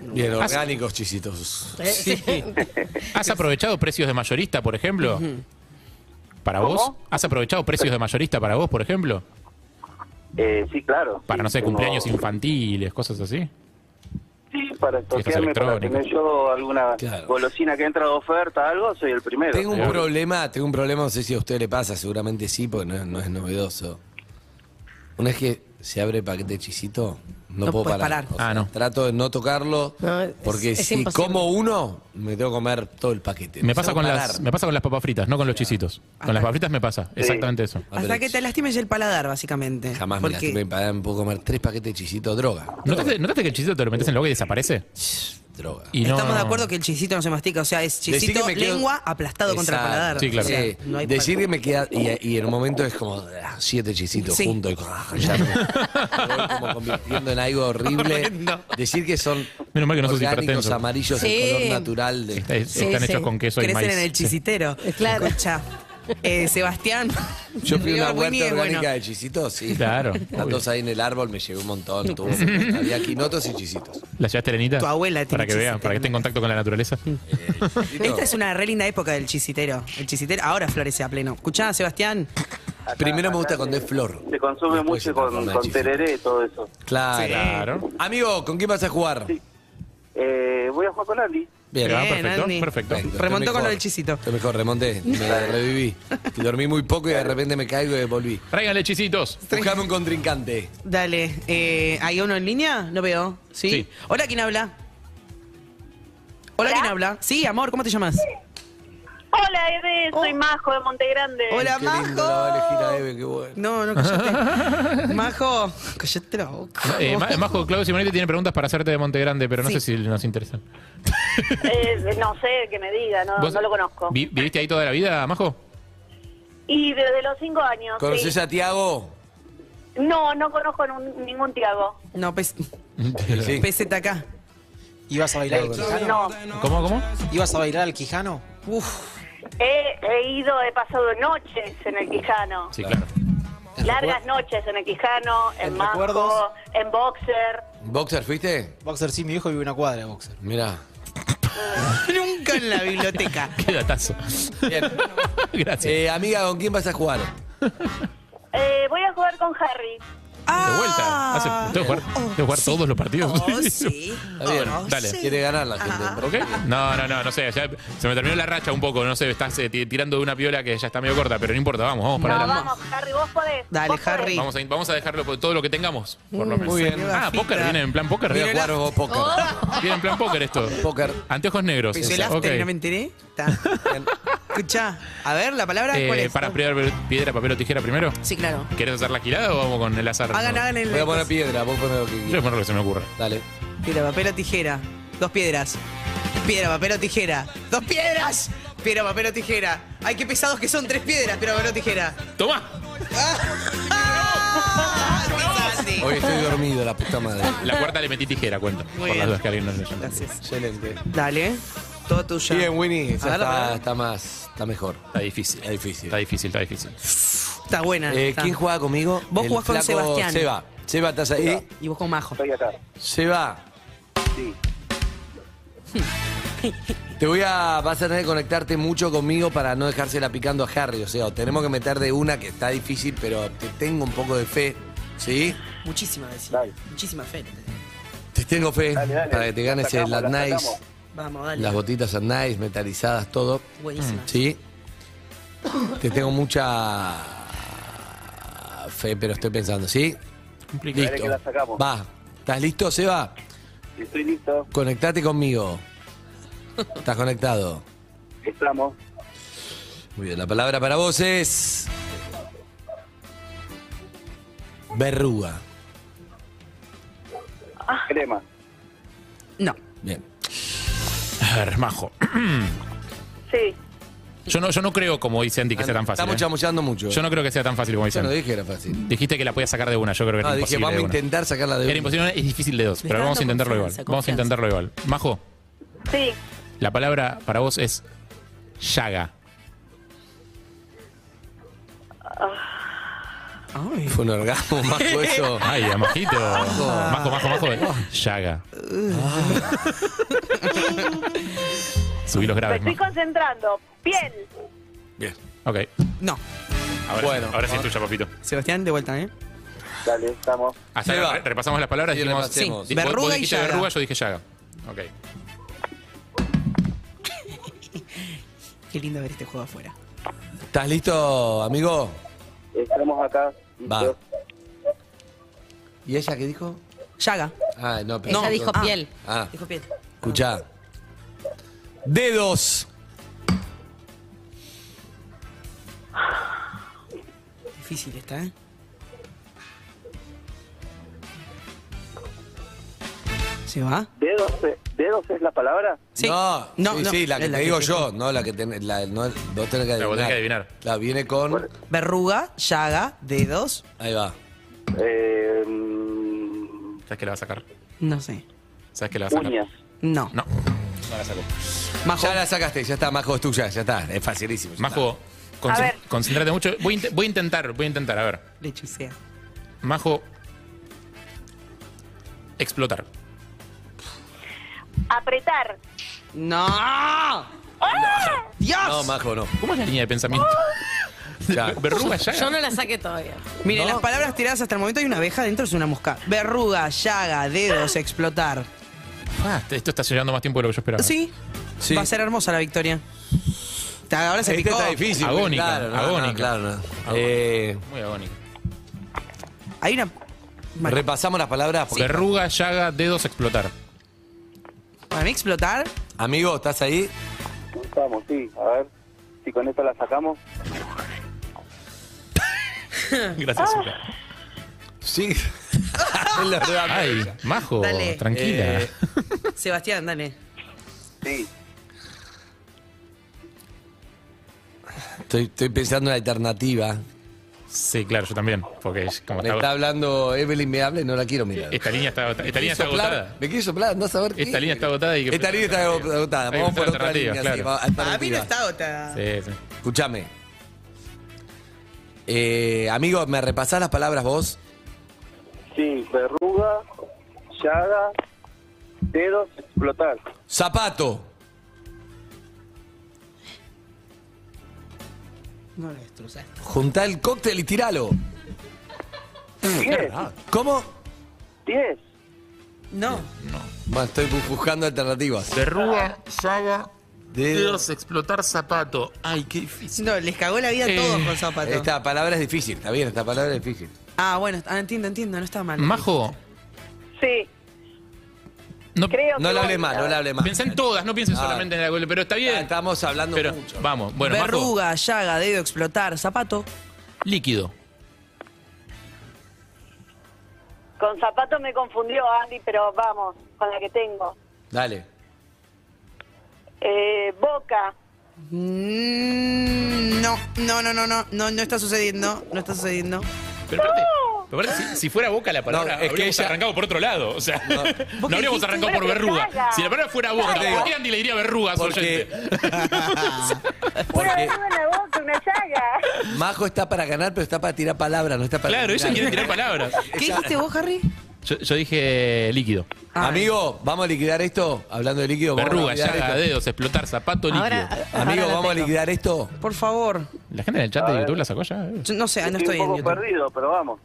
Bien, orgánicos chisitos.
¿Has aprovechado precios de mayorista, por ejemplo? ¿Para
¿Cómo?
vos? ¿Has aprovechado precios de mayorista para vos, por ejemplo?
Eh, sí, claro.
Para, no sé,
Tengo-
cumpleaños infantiles, cosas así.
Sí, para estoquearme, para
electrónicos.
tener yo alguna
Claro.
golosina que entra de oferta, algo, soy el primero. Eh,
Tengo un
Claro.
problema, tengo un problema, no sé si a usted le pasa, seguramente sí, porque no, no es novedoso. Una vez que se abre el paquete de chisito, no,
No
puedo
puedes
parar.
parar.
O sea,
Ah, no.
Trato de no tocarlo,
No, es-
porque
es
si
imposible.
como uno, me tengo que comer todo el paquete.
Me
No
pasa,
puedo
con
parar.
las, me pasa con las papas fritas, no con los chisitos. Con las papas fritas me pasa, exactamente eso.
Hasta que te lastimes el paladar, básicamente.
Jamás me
Porque-
lastimé, pará, me puedo comer tres paquetes de chisito, droga.
¿Notaste, notaste que el chisito te lo metes en la boca y desaparece?
Droga.
Y no-
Estamos de acuerdo que el chisito no se mastica, o sea, es
Decir
chisito
que me quedo-
lengua aplastado contra el
Exacto.
paladar.
Sí, claro.
O sea,
Sí.
no hay
Decir
pacto.
que me queda. Y, y en un momento es como ah, siete chisitos
Sí.
juntos. Y, ah, ya me, me voy como convirtiendo en algo horrible. Decir que son
Menos mal que no sos
orgánicos
hipertenso.
amarillos
Sí.
de color natural. De,
Está-
Sí,
están
sí.
hechos con queso y
Crecen
maíz.
en el chisitero.
<laughs> Claro.
Escucha, eh, Sebastián.
<laughs> yo fui a una
River Winnie
huerta
es
orgánica
bueno.
de chisitos, sí.
Claro,
Están
obvio.
todos ahí en el árbol, me llegó un montón. tuvo- había quinotos y chisitos.
¿La llevaste, Elenita?
Tu abuela tiene
Para que vean,
chisito.
para que esté en contacto con la naturaleza.
Esta es una re linda época del chisitero. El chisitero ahora florece a pleno. Escuchá, Sebastián.
<laughs> Primero me gusta cuando es flor.
Se consume
Después se
mucho con,
transforma en
con
chisito.
tereré, todo eso.
Claro.
Claro.
Amigo, ¿con quién vas a jugar?
Sí. Eh, voy a jugar con Andy.
Bien.
Ah,
Bien,
perfecto,
Andy.
perfecto.
Perfecto, estoy
Remontó con
mejor.
lo del chisito.
Estoy mejor, remonté, me reviví. Y dormí muy poco y de repente me caigo y volví.
Tráiganle
<laughs>
chisitos.
Buscame un contrincante.
Dale. eh, ¿Hay uno en línea? No veo. ¿Sí?
Sí.
Hola, ¿quién habla? Hola, ¿quién habla? Sí, amor, ¿cómo te llamas?
Hola, Eve, soy Majo de Montegrande.
Hola,
Qué lindo la va a elegir a Eve, qué bueno.
No, no, callate. Majo, callate la boca.
Eh, Ma- Majo, Claudio Simonetti tiene preguntas para hacerte de Monte Grande, pero no sé si nos interesan.
Eh, no sé, que me diga, no,
¿Vos
no lo conozco.
vi- ¿Viviste ahí toda la vida, Majo?
Y desde los cinco años.
¿Conoces
sí.
a Tiago?
No, no conozco nun- ningún Tiago.
No, pes-
Sí.
PZK.
¿Ibas a bailar al Quijano?
No.
¿Cómo, cómo?
¿Ibas a bailar al Quijano?
Uf,
He, he ido, he pasado noches en el Quijano.
Sí, claro. <laughs>
Largas noches en el Quijano, en
¿En
Manco,
recuerdos?
en Boxer.
¿Boxer fuiste?
Boxer, sí, mi hijo vive una cuadra de boxer.
Mirá.
nunca en la biblioteca.
Qué datazo.
Bien.
Gracias.
Eh, amiga, ¿con quién vas a jugar?
Eh, voy a jugar con Harry.
<laughs> de vuelta. Hace, tengo que jugar, tengo que jugar todos los partidos.
ah,
<laughs>
Oh, sí. Ah.
Está bien.
Oh, Dale. sí.
Quiere ganar la gente.
¿Ok? No, no, no, no sé. ya se me terminó la racha un poco. No sé, estás eh, ti- tirando de una piola que ya está medio corta, pero no importa. Vamos, vamos para
No,
adelante.
vamos, Harry, vos podés.
Dale,
vos podés.
Harry.
Vamos a, vamos a dejarlo por todo lo que tengamos, por lo
Mm,
menos.
muy bien.
Ah, póker, viene en plan póker.
Voy a jugar vos póker.
Oh.
Viene en plan
<laughs>
póker esto.
Póker.
Anteojos negros.
Empezó el after
Ok.
y no me enteré. Ta. Escuchá, a ver, la palabra cuál
Eh,
es. Oh.
para piedra, piedra, papel o tijera primero.
Sí, claro.
¿Querés hacer la girada o vamos con el azar?
Hagan, hagan el.
Voy a poner piedra, vos poné lo que
Yo voy a
quieras.
poner lo que se me ocurra.
Dale.
Piedra, papel o tijera. Dos piedras. Piedra, papel o tijera. ¡Dos piedras! Piedra, papel o tijera. Ay, qué pesados que son tres piedras, piedra, papel o tijera.
¡Toma!
¡Ah! Pensate.
Hoy estoy dormido, la
<laughs>
puta madre.
La cuarta le metí tijera, cuento. por
bien.
las dos que alguien no le llama.
Gracias.
Excelente.
Dale, todo tuyo.
Bien, Winnie. Ya
A ver, a
está,
ver.
está más, está mejor.
Está difícil.
Está difícil.
Está difícil, está difícil.
Está buena.
Eh,
Ah, está.
¿Quién juega conmigo?
Vos
El
jugás con
flaco
Sebastián.
Seba. Seba, ¿estás ahí?
Y vos con Majo.
Estoy acá.
Seba,
Sí.
te voy a... Vas a tener que conectarte mucho conmigo para no dejársela picando a Harry. O sea, o tenemos que meter de una que está difícil, pero te tengo un poco de fe. ¿Sí?
Muchísima, decía.
Dale.
Muchísima fe.
Te tengo fe
Dale, dale.
para que te ganes
Sacamos,
el
la
Nice,
sacamos.
Vamos, dale.
las botitas Nice, metalizadas, todo.
Buenísima.
¿Sí? Te tengo mucha fe, pero estoy pensando, ¿sí?
Complicado.
Listo.
que la sacamos.
Va. ¿Estás listo, Seba?
Estoy listo.
Conectate conmigo. ¿Estás conectado?
Estamos.
Muy bien, la palabra para vos es. Verruga.
Crema.
No.
Bien.
A ver, majo.
Sí.
Yo no, yo no creo, como dice Andy, que sea tan fácil.
Estamos
¿eh?
chamullando Ah, mucho.
Yo no creo que sea tan fácil como dice
Yo no
Andy.
dije que era fácil.
Dijiste que la podías sacar de una, yo creo que
No,
era
dije,
imposible.
vamos a
de una.
intentar sacarla de
Era
una.
imposible, es difícil de dos,
Le
pero
está
vamos a
dando
intentarlo igual.
confianza,
Vamos a
confianza.
intentarlo igual. Majo,
Sí.
la palabra para vos es llaga.
Ay.
Fue un orgasmo, majo,
<laughs>
eso.
Ay, a majito. Majo, majo, majo. eh. Llaga.
Ah.
Subí los
Me
graves,
estoy
majo.
concentrando. Piel.
Bien.
Ok.
No.
Ahora,
Bueno.
ahora sí es tuya, papito.
Sebastián, de vuelta, ¿eh?
Dale, estamos.
Hasta
Ahí va.
ahora re- repasamos las palabras.
Sí,
dijimos,
repasemos.
Sí.
di- vos- vos
Verruga y
dijiste
llaga.
verruga, yo dije llaga. Ok.
Qué lindo ver este juego afuera.
¿Estás listo, amigo?
Estamos acá.
Va. ¿Y ella qué dijo?
Llaga.
Ah, no, pero.
Ella dijo
Ah.
piel.
Ah,
Dijo Pietro.
escuchá. Dedos.
Difícil esta, ¿eh? ¿Se va?
¿Dedos, ¿Dedos es la palabra?
Sí.
No,
No,
sí,
no,
sí, la que
es
te
la que
digo
te-
yo, no la que ten- la, no, vos tenés que adivinar.
La vos tenés que adivinar.
Claro, viene con.
Verruga, llaga, dedos.
Ahí va.
Eh, mm,
¿Sabes que la va a sacar?
No sé.
¿Sabes que la va a sacar?
uñas.
No.
No, no la sacó.
Majo.
Ya la sacaste, ya está, Majo, es tuya, ya está, es facilísimo. ya
Majo,
A
concen-
ver.
concentrate mucho. Voy, a int- voy a intentar, voy a intentar. A ver.
Leche sea.
Majo. Explotar.
Apretar.
¡No! ¡Ah! ¡Dios!
está. No, Majo, no.
¿Cómo es la línea de pensamiento?
Ya.
<laughs> Verruga, llaga.
Yo no la saqué todavía.
Miren,
No.
las palabras tiradas hasta el momento hay una abeja dentro, es una mosca. Verruga, llaga, dedos, explotar.
Ah, esto está llevando más tiempo de lo que yo esperaba.
Ah. Sí,
Sí.
va a ser hermosa la victoria. Ta- Ahora se
Este
picó.
está difícil.
Agónica,
claro, no, no,
agónica.
claro, no.
Agónica.
Eh,
Muy agónico.
Hay una. Bueno,
repasamos las palabras. Porque,
Verruga, llaga, dedos, explotar.
Para mí, <laughs> explotar.
Amigo, ¿estás ahí?
Estamos, sí. A ver si con esto la sacamos.
<laughs> Gracias, Zuka.
Sí. <laughs> Es la verdad,
Ay,
ella.
Majo,
Dale.
tranquila.
Eh,
Sebastián, dale.
Sí.
Estoy, estoy pensando en alternativa.
Sí, claro, yo también. Porque es como
Me está
está,
hablando Evelyn, me habla y no la quiero mirar.
esta línea está, esta línea está
Soplar,
agotada.
Me quiere soplar, no saber qué.
Esta línea está agotada y que-
Esta línea está agotada.
Hay que
Vamos por
buscar
otra línea.
alternativas,
sí,
claro.
vamos,
A mí no
alternativa.
está otra.
Sí, sí.
Escúchame. Eh, amigo, ¿me repasás las palabras vos?
Sí, verruga, llaga, dedos, explotar.
Zapato.
No la destrozaste.
Juntá el cóctel y tiralo.
Diez,
¿Cómo?
diez.
No.
Bueno, estoy bu- buscando alternativas.
Verruga, llaga,
De-
dedos, explotar zapato. Ay, qué difícil.
No, les cagó la vida
Eh,
a todos con zapato.
Esta palabra es difícil, está bien, esta palabra es difícil.
Ah, bueno, ah, entiendo, entiendo, no está mal.
Majo,
Sí,
no,
creo que
No la
voy.
hable más, no la hable más.
pensá en todas, no pienses
Ah.
solamente en la gol, pero está
Ah,
bien.
Estamos hablando
Pero
mucho.
vamos, bueno, Majo,
Verruga, llaga, dedo, explotar, zapato.
líquido.
con zapatos me confundió Andy, pero vamos, con la que tengo.
Dale.
Eh, boca,
Mm, No, no, no, no, no, no, no está sucediendo, no está sucediendo.
Pero aparte, pero aparte, si, si fuera boca la palabra,
No, es que
habríamos
ella-
arrancado por otro lado. O sea,
Vos
<laughs> no, habríamos
dijiste,
arrancado
pero
por
que
verruga.
salga.
Si la palabra fuera boca,
Claro.
¿por qué Andy le diría verruga a su
Porque-
oyente?
una
<laughs>
<laughs> Porque
verruga en la boca, una
<laughs>
llaga.
Majo está para ganar, pero está para tirar palabras, no está para
Claro, ella
tirar.
quiere tirar palabras.
¿Qué dijiste vos, Harry?
Yo, yo dije líquido.
Amigo, vamos a liquidar esto, hablando de líquido. vamos a
Verruga,
liquidar
llaga,
esto.
dedos, explotar, zapato, líquido.
Ahora,
Amigo, vamos a liquidar esto.
Por favor.
¿La gente en el chat de YouTube la sacó ya? eh.
Yo no sé, ah, no estoy
un
en
poco
YouTube.
perdido, pero vamos.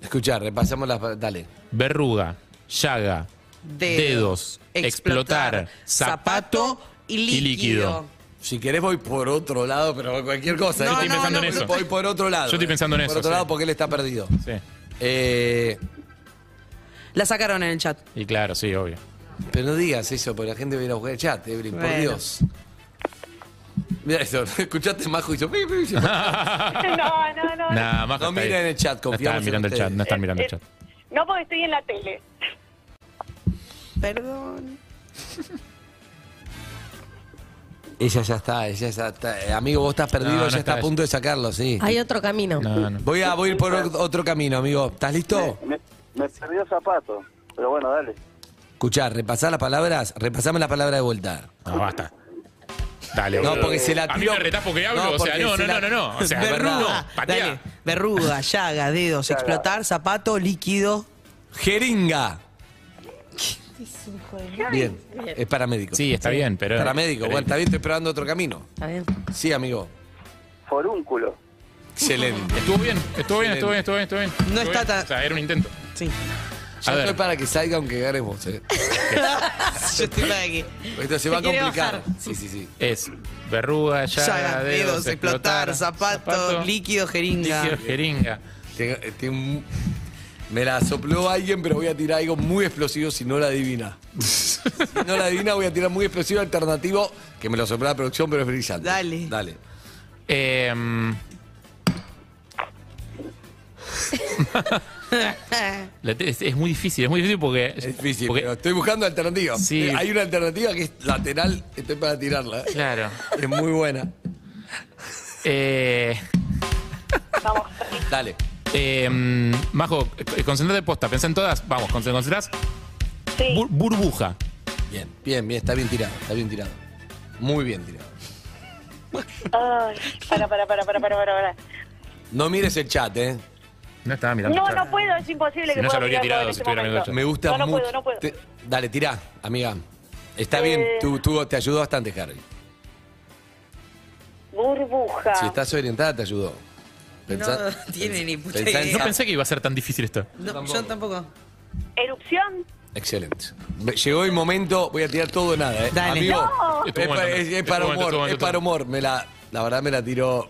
Escuchá, repasamos las. pa- Dale.
Verruga, llaga, dedos, explotar, zapato y líquido.
Si querés, voy por otro lado, pero cualquier cosa.
No,
¿eh?
Yo estoy no, pensando no, en
Voy-
eso.
Voy por otro lado. eh.
Yo estoy pensando en
Por
eso,
otro
sí.
lado, porque él está perdido.
Sí.
Eh,
La sacaron en el chat.
Y claro, sí, obvio.
pero no digas eso, porque la gente viene a buscar el chat, Evelyn, por
Bueno.
Dios. Mira eso, <laughs> escuchaste Majo
<laughs>
y yo. <laughs> "Pi, pi",
No, no, no. No,
Nada, más
No miren el chat,
No
confiamos
están
en
mirando el
ustedes.
chat, no están mirando el
Eh,
chat.
no porque estoy en la tele.
Perdón.
Ella ya está, ella ya está. Eh, Amigo, vos estás perdido,
No, no
ella está
está
a
ella.
punto de sacarlo, sí.
Hay otro camino.
Ah. No, no.
Voy a, voy a ir por o- otro camino, amigo. ¿Estás listo?
Me, me perdió zapato, pero bueno, dale.
Escuchá, repasá las palabras, repasame la palabra de vuelta.
No, basta. Dale,
No,
boludo.
porque se la
A mí
tiró.
me retás porque hablo, o sea,
porque
no, no,
se la-
no, no, no. O sea,
<laughs> Verruga.
no, patea.
Dale. Verruga, llaga, dedos, explotar, zapato, líquido.
Jeringa. Bien, es paramédico.
Sí, está bien, pero. eh,
Paramédico, bueno, está bien, estoy probando otro camino.
Está bien.
<laughs>
Sí, amigo.
Forúnculo.
Excelente.
Estuvo bien, estuvo bien, estuvo bien, estuvo bien, estuvo bien.
No
Estuvo
está
bien.
tan-
O sea, era un intento.
Sí.
Yo
A ver.
estoy para que salga aunque ganes vos, eh.
<laughs> Yo estoy para aquí.
Esto se va a
quiere
complicar.
bajar.
Sí, sí, sí.
Es verruga, llaga,
Llaga, dedos, explotar, zapato, líquido, jeringa.
líquido, jeringa.
Tengo- eh, tengo un- me la sopló alguien, pero voy a tirar algo muy explosivo si no la <laughs> adivina. si no la adivina, voy a tirar muy explosivo alternativo, que me lo sopló la producción, pero es brillante.
Dale.
Dale.
Eh,
<laughs>
mm. La te- es, es muy difícil, es muy difícil porque.
Es difícil,
porque-
pero estoy buscando alternativas.
Sí.
Eh, Hay una alternativa que es lateral, estoy para tirarla. eh.
Claro.
<laughs> Es muy buena.
Eh, <laughs>
Dale.
eh, mm, Majo, eh, concentrate posta, pensá en todas. Vamos, conce- concentrás.
Sí.
Bur- burbuja.
Bien, bien, bien, está bien tirado, está bien tirado. Muy bien tirado.
Ay, para, para, para, para, para, para, para.
No mires el chat, ¿eh?
No estaba mirando.
No, no puedo, es imposible
Si
que
no, ya
pueda
lo
tirarlo
habría
en
tirado
este
si estuviera en el
momento.
Me gusta
No, no
mucho.
puedo, no puedo.
Te- dale, tirá, amiga. Está
Eh.
bien, tú, tú- te ayudó bastante, Harry.
Burbuja.
Si estás orientada, te ayudó. Pensá-
Ah. No tiene ni puta
pensá en-
idea.
No pensé que iba a ser tan difícil esto.
No, yo
<laughs>
tampoco.
Erupción.
Excelente. Ve- Llegó el momento, voy a tirar todo o nada, ¿eh?
Dale.
Amigo,
No.
es, pa- es- es
Estuvo
para
bueno, estuvo
humor,
bueno,
es
estuvo bueno.
para humor. Me la, la verdad me la tiró.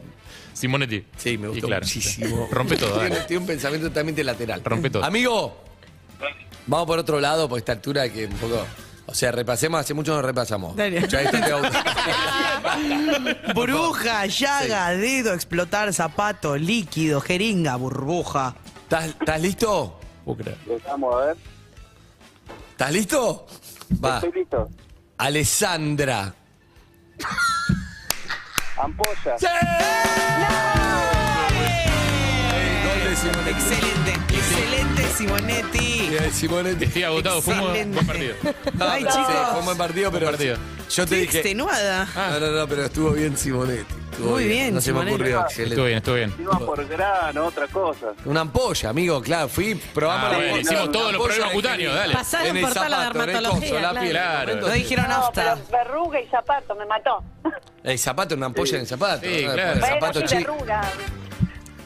Simonetti.
Sí, me
Y
gustó
claro,
muchísimo.
<laughs> Rompe todo,
Tiene,
dale.
tiene un pensamiento totalmente lateral.
Rompe todo.
Amigo, vamos por otro lado, por esta altura que un poco. O sea, repasemos, hace mucho no repasamos.
Dale.
Ya esto te va a gustar.
Bruja, llaga, dedo, explotar, zapato, líquido, jeringa, burbuja.
¿Estás, estás listo?
Puedo creer.
Estamos, a ver.
¿Estás listo? Va.
Estoy listo.
Alessandra.
Ampolla.
Excelente, excelente Simonetti.
Bien, Simonetti.
Sí, agotado, fue un buen partido.
No,
Ay,
pero Ah, sí,
chicos.
fue un buen partido, pero
Buen partido. este,
yo te
Qué
dije. Ah,
extenuada.
No, no, no, pero estuvo bien Simonetti. Estuvo
Muy bien,
No se me
Simonetti.
ocurrió, excelente.
Estuvo bien, estuvo bien.
Iba por grano, otra cosa.
Una ampolla, amigo, claro. Fui, probamos
Ah,
la
bueno,
ampolla,
hicimos
una
todos los
ampolla
problemas
de
cutáneos,
Jenny.
dale.
Pasaron
En el
por toda la
zapato, en el
dermatología,
coso, la piel,
claro.
en el
No
momento.
dijeron
No,
hasta.
pero verruga y zapato, me mató.
El zapato, una ampolla en el zapato.
Sí,
¿no?
claro.
El
Bueno,
zapato
sí,
chico.
verruga.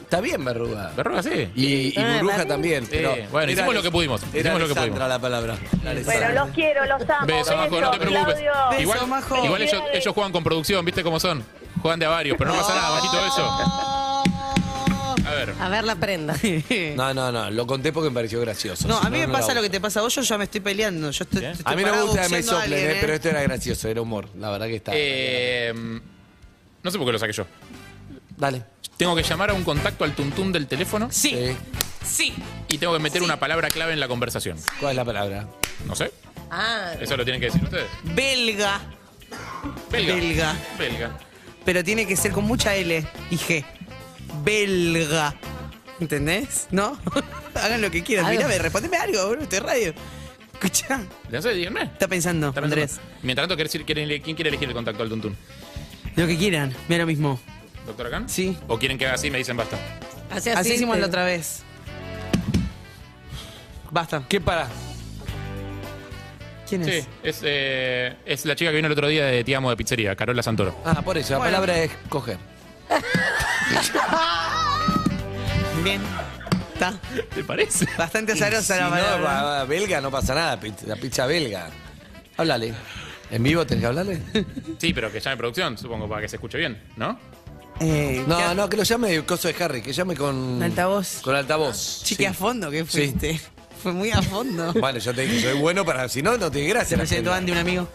Está bien, verruga.
Verruga, sí.
Y, y
Ah,
burbuja
verruga.
también.
Sí,
pero
bueno, hicimos lo que pudimos,
Era
hicimos lo que
Alessandra
pudimos.
la palabra. la Alessandra.
Pero los quiero, los amo.
Beso, Majo, no te preocupes.
Claudio.
Igual,
Beso, Majo.
igual ellos, ellos juegan con producción, ¿viste cómo son? Juegan de a varios, pero no pasa nada, bajito eso.
Oh.
A ver.
A ver la prenda.
No, no, no. Lo conté porque me pareció gracioso.
No,
si
a mí me
no la
pasa lo
uso.
que te pasa a vos, yo ya me estoy peleando. Yo estoy, estoy
A mí no me
parado
gusta que me
boxeando a
soplen,
alguien,
eh, pero esto era gracioso, era humor. La verdad que está.
Eh, no sé por qué lo saqué yo.
Dale. eh,
Tengo que llamar a un contacto al tuntún del teléfono
Sí,
Sí.
sí.
y tengo que meter una palabra clave en la conversación.
¿Cuál es la palabra?
No sé,
Ah,
eso lo tienen que decir ustedes.
Belga.
Belga.
Belga.
Belga.
Pero tiene que ser con mucha L y G. Belga. ¿Entendés? ¿No? <laughs> Hagan lo que quieran.
Algo.
Mírame, respondeme algo, bro. Estoy en radio. Escucha.
¿Le hace? Díganme.
Está pensando,
Está pensando.
Andrés.
Mientras tanto, ¿quiere decir- quieren- ¿quién quiere elegir el contacto al tuntún?
Lo que quieran. Mira lo mismo.
¿Doctor Acán?
Sí.
¿O quieren que haga así y me dicen basta?
Así
así, así
hicimos
te-
la otra vez. Basta.
¿Qué para?
¿Quién es?
Sí, es, eh, es la chica que vino el otro día de Te Amo de Pizzería, Carola Santoro.
Ah, por eso, la
Bueno.
palabra es coger.
Bien. Está.
¿Te parece?
Bastante azarosa
Si
la
no,
palabra.
va- va- belga no pasa nada, pizza- la pizza belga. Háblale. ¿En vivo tenés
<laughs>
que hablarle?
Sí, pero que llame producción, supongo, para que se escuche bien, ¿no?
Eh, ¿qué
No,
ha-
no, que lo llame de coso de Harry, que llame con.
Altavoz.
Con altavoz.
Chique
Sí.
a fondo que
Sí.
fuiste. Fue muy a fondo.
<laughs> Bueno, yo te dije, soy bueno para. Si no, no tiene
Se
gracia.
lo
la
sentó
pelea.
Andy, un
<laughs>
amigo.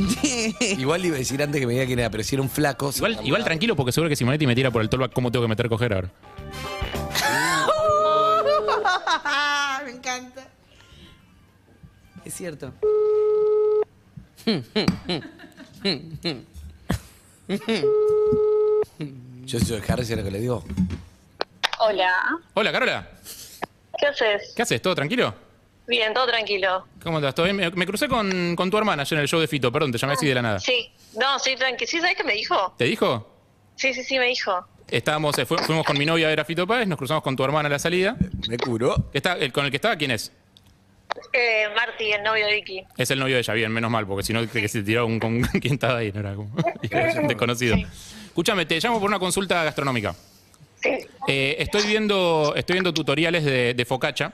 <laughs>
Igual le iba a decir antes que me diga quién era, pero si era un flaco. se
Igual,
llamaba-
igual tranquilo, porque seguro que Simonetti me tira por el tolva cómo tengo que meter coger ahora.
Ah, Me encanta. Es cierto.
Yo soy Harry, es lo que le digo.
Hola,
Hola, Carola.
¿qué haces?
¿Qué haces? ¿Todo tranquilo?
Bien, todo tranquilo.
¿Cómo estás? ¿Todo bien? Me, me crucé con, con tu hermana ayer en el show de Fito, perdón, te llamé así de la nada.
Sí, no, sí, tranqui. ¿Sí sabes qué me dijo?
¿Te dijo?
Sí, sí, sí, me dijo.
Estábamos, eh, fu- fuimos con mi novia a ver a Fito Páez, nos cruzamos con tu hermana a la salida.
Me curó.
Que está- el, ¿Con el que estaba quién es?
Eh, Marty, el novio de Vicky.
Es el novio de ella, bien, menos mal, porque si no, que se tiró un con <laughs> quien estaba ahí, no era como <laughs> desconocido. Escúchame, te llamo por una consulta gastronómica.
Sí.
Eh, estoy viendo estoy viendo tutoriales de, de focaccia.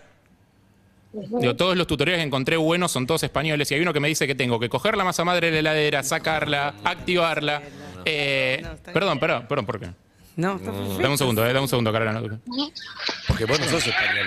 Digo, todos los tutoriales que encontré buenos son todos españoles y hay uno que me dice que tengo que coger la masa madre de la heladera, sacarla, activarla. Eh, perdón, perdón, perdón, ¿por qué?
No, está
Dame un segundo, eh, dame un segundo, Carola. no-
Porque vos no sos español.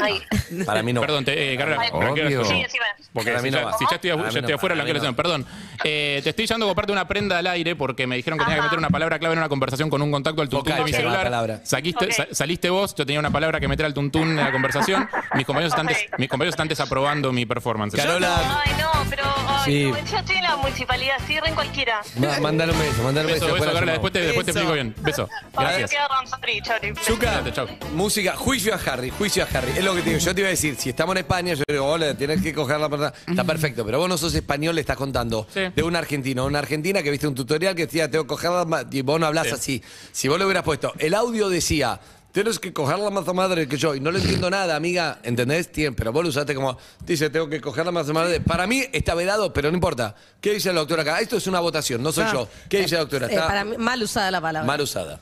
Ay,
Para mí no.
Perdón, te- eh, Carola,
Obvio.
tranquila.
Sí, decime.
Porque
Para
si,
mí no
ya,
va.
si ya estoy,
Para
ya
mí
estoy
no,
afuera, la
para mí
aclaración,
no.
perdón. Eh, te estoy llamando a comparte una prenda al aire porque me dijeron que tenía que meter una palabra clave en una conversación con un contacto al tuntún de mi
Focaccia, la
celular.
palabra.
Saquiste-
Ok.
sa- saliste vos, yo tenía una palabra que meter al tuntún en la conversación. Mis compañeros, están, des-
Ok.
mis compañeros están desaprobando mi performance.
Carola,
ay, no, pero ay,
Sí.
no, yo estoy en la municipalidad, sí, en cualquiera.
ma- mandale un beso, mandale un
Beso,
beso.
beso,
la
Carola, después
llamamos.
te, después te
Beso.
explico bien. Beso. Gracias.
Quedo con Sorry, sorry.
Zucca,
Chau.
música, juicio a Harry, juicio a Harry. Es lo que te digo. Yo te iba a decir, si estamos en España, yo digo, hola, tenés que coger la verdad. Está perfecto, pero vos no sos español, le estás contando
Sí.
de un argentino, una argentina que viste un tutorial que decía, tengo que coger la ma-", y vos no hablás
Sí.
así. Si vos lo hubieras puesto, el audio decía, tenés que coger la masa madre que yo, y no le entiendo nada, amiga, ¿entendés? Tien- pero vos lo usaste como, dice, tengo que coger la masa madre. Para mí está vedado, pero no importa. ¿Qué dice la doctora acá? Esto es una votación, no soy
Ah.
yo. ¿Qué dice la doctora?
Eh,
Está
para mí, mal usada la palabra.
mal usada.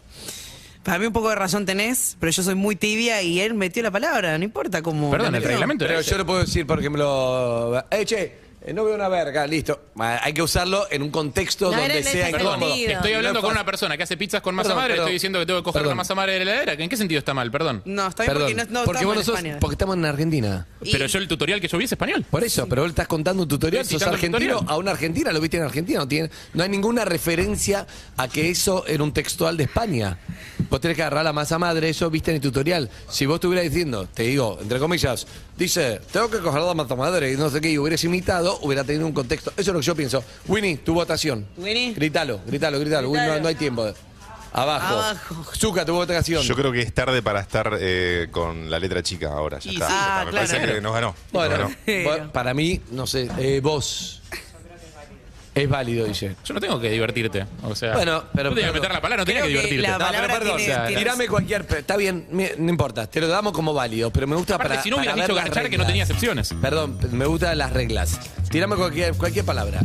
Para mí un poco de razón tenés, pero yo soy muy tibia y él metió la palabra, no importa cómo.
Perdón,
la
el
metió.
reglamento.
Pero
era ese.
yo le puedo decir, por ejemplo, eh, che, Eh, no veo una verga, listo. Ma- Hay que usarlo en un contexto
No, era
donde
en
sea
ese
incómodo.
sentido.
Estoy hablando
No es
con
fácil.
una persona que hace pizzas con masa
Perdón,
madre,
perdón.
estoy diciendo que tengo que coger
Perdón.
la masa madre de la heladera. ¿En qué sentido está mal? Perdón.
No, está bien porque no, no
porque
estamos
vos
en
no sos-
España.
porque estamos en Argentina.
Pero yo el tutorial que yo vi es español.
Por eso, pero vos le estás contando un tutorial,
Estoy
sos
citando un
argentino
tutorial.
a una argentina, lo viste en Argentina, no, tiene, no hay ninguna referencia a que eso era un textual de España. Vos tenés que agarrar la masa madre, eso viste en el tutorial. Si vos estuvieras diciendo, te digo, entre comillas, dice, tengo que coger la masa madre y no sé qué, y hubieras imitado, hubiera tenido un contexto. Eso es lo que yo pienso. Winnie, tu votación.
Winnie.
Gritalo, gritalo, gritalo. Winnie, no, no hay tiempo. Abajo.
Abajo.
Zuka, tu votación.
Yo creo que es tarde para estar eh, con la letra chica ahora. Ya
Y
está.
sí.
ya está.
Ah,
Me
claro.
parece que nos ganó.
Bueno,
Nos ganó.
bueno, para mí, no sé, eh, vos. Es válido, dice.
Yo no tengo que divertirte. O sea,
Bueno, pero-
no tenía que meter la palabra, no tenía que
Creo que
divertirte.
la
No, pero
palabra
perdón,
tiene-
o sea,
tiene-
tirame cualquier. pe- Está bien, mi- no importa, te lo damos como válido, pero me gusta
Aparte,
para.
si no
para
hubieras
ver
dicho
las
garchar que no
reglas.
tenía excepciones.
Perdón, me gustan las reglas. Tirame cualquier, cualquier palabra.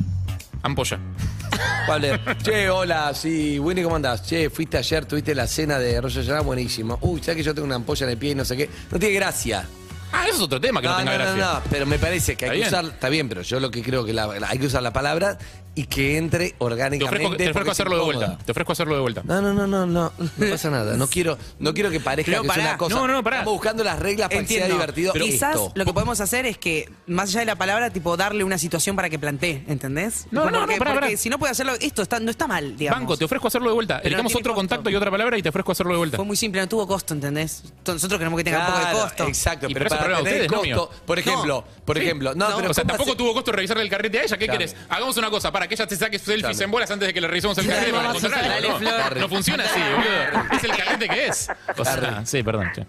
Ampolla.
Pablo,
<laughs>
che, hola, sí, Winnie, ¿cómo andás? Che, fuiste ayer, tuviste la cena de Rosh Hashanah, buenísimo. Uy, ya que yo tengo una ampolla en el pie y no sé qué. No tiene gracia.
Ah, eso es otro tema que no,
no,
tenga
no,
gracia.
no, pero me parece que hay que
Está bien.
usar. Está bien, pero yo lo que creo que la- la- hay que usar la palabra y que entre
Te
orgánicamente.
ofrezco, te ofrezco
porque es
hacerlo de
incómoda.
vuelta. Te ofrezco hacerlo de vuelta.
No, no, no, no, no, no pasa nada. No quiero, no quiero que parezca
Pero
que
pará.
es una cosa.
No, no, pará.
Estamos buscando las reglas para que sea
Entiendo.
divertido.
Pero quizás
esto.
lo que podemos hacer es que, más allá de la palabra, tipo darle una situación para que plantee, ¿entendés?
No, no,
porque,
no, pará,
porque
pará.
si no puede hacerlo, esto está, no está mal, digamos.
Banco, te ofrezco hacerlo de vuelta.
Pero no
Elegimos
tiene
otro
costo.
contacto y otra palabra y te ofrezco hacerlo de vuelta.
Fue muy simple, no tuvo costo, ¿entendés? Nosotros queremos que tenga un poco
Claro,
de costo.
Exacto,
Y pero
pero
eso
para
es problema de ustedes,
tener
no
costo,
mío.
por ejemplo, por
Sí.
ejemplo, no,
No.
pero
o sea,
¿cómo
tampoco
hace-
tuvo costo revisarle el carrete a ella. ¿Qué
Claro.
querés? Hagamos una cosa, para que ella te saque selfies
Claro.
en bolas antes de que le revisemos el carrete para
Vamos a
encontrarla.
sacarle
No,
flor.
No funciona así, boludo. Es el carrete que es. O sea,
Harry.
sí, perdón. che.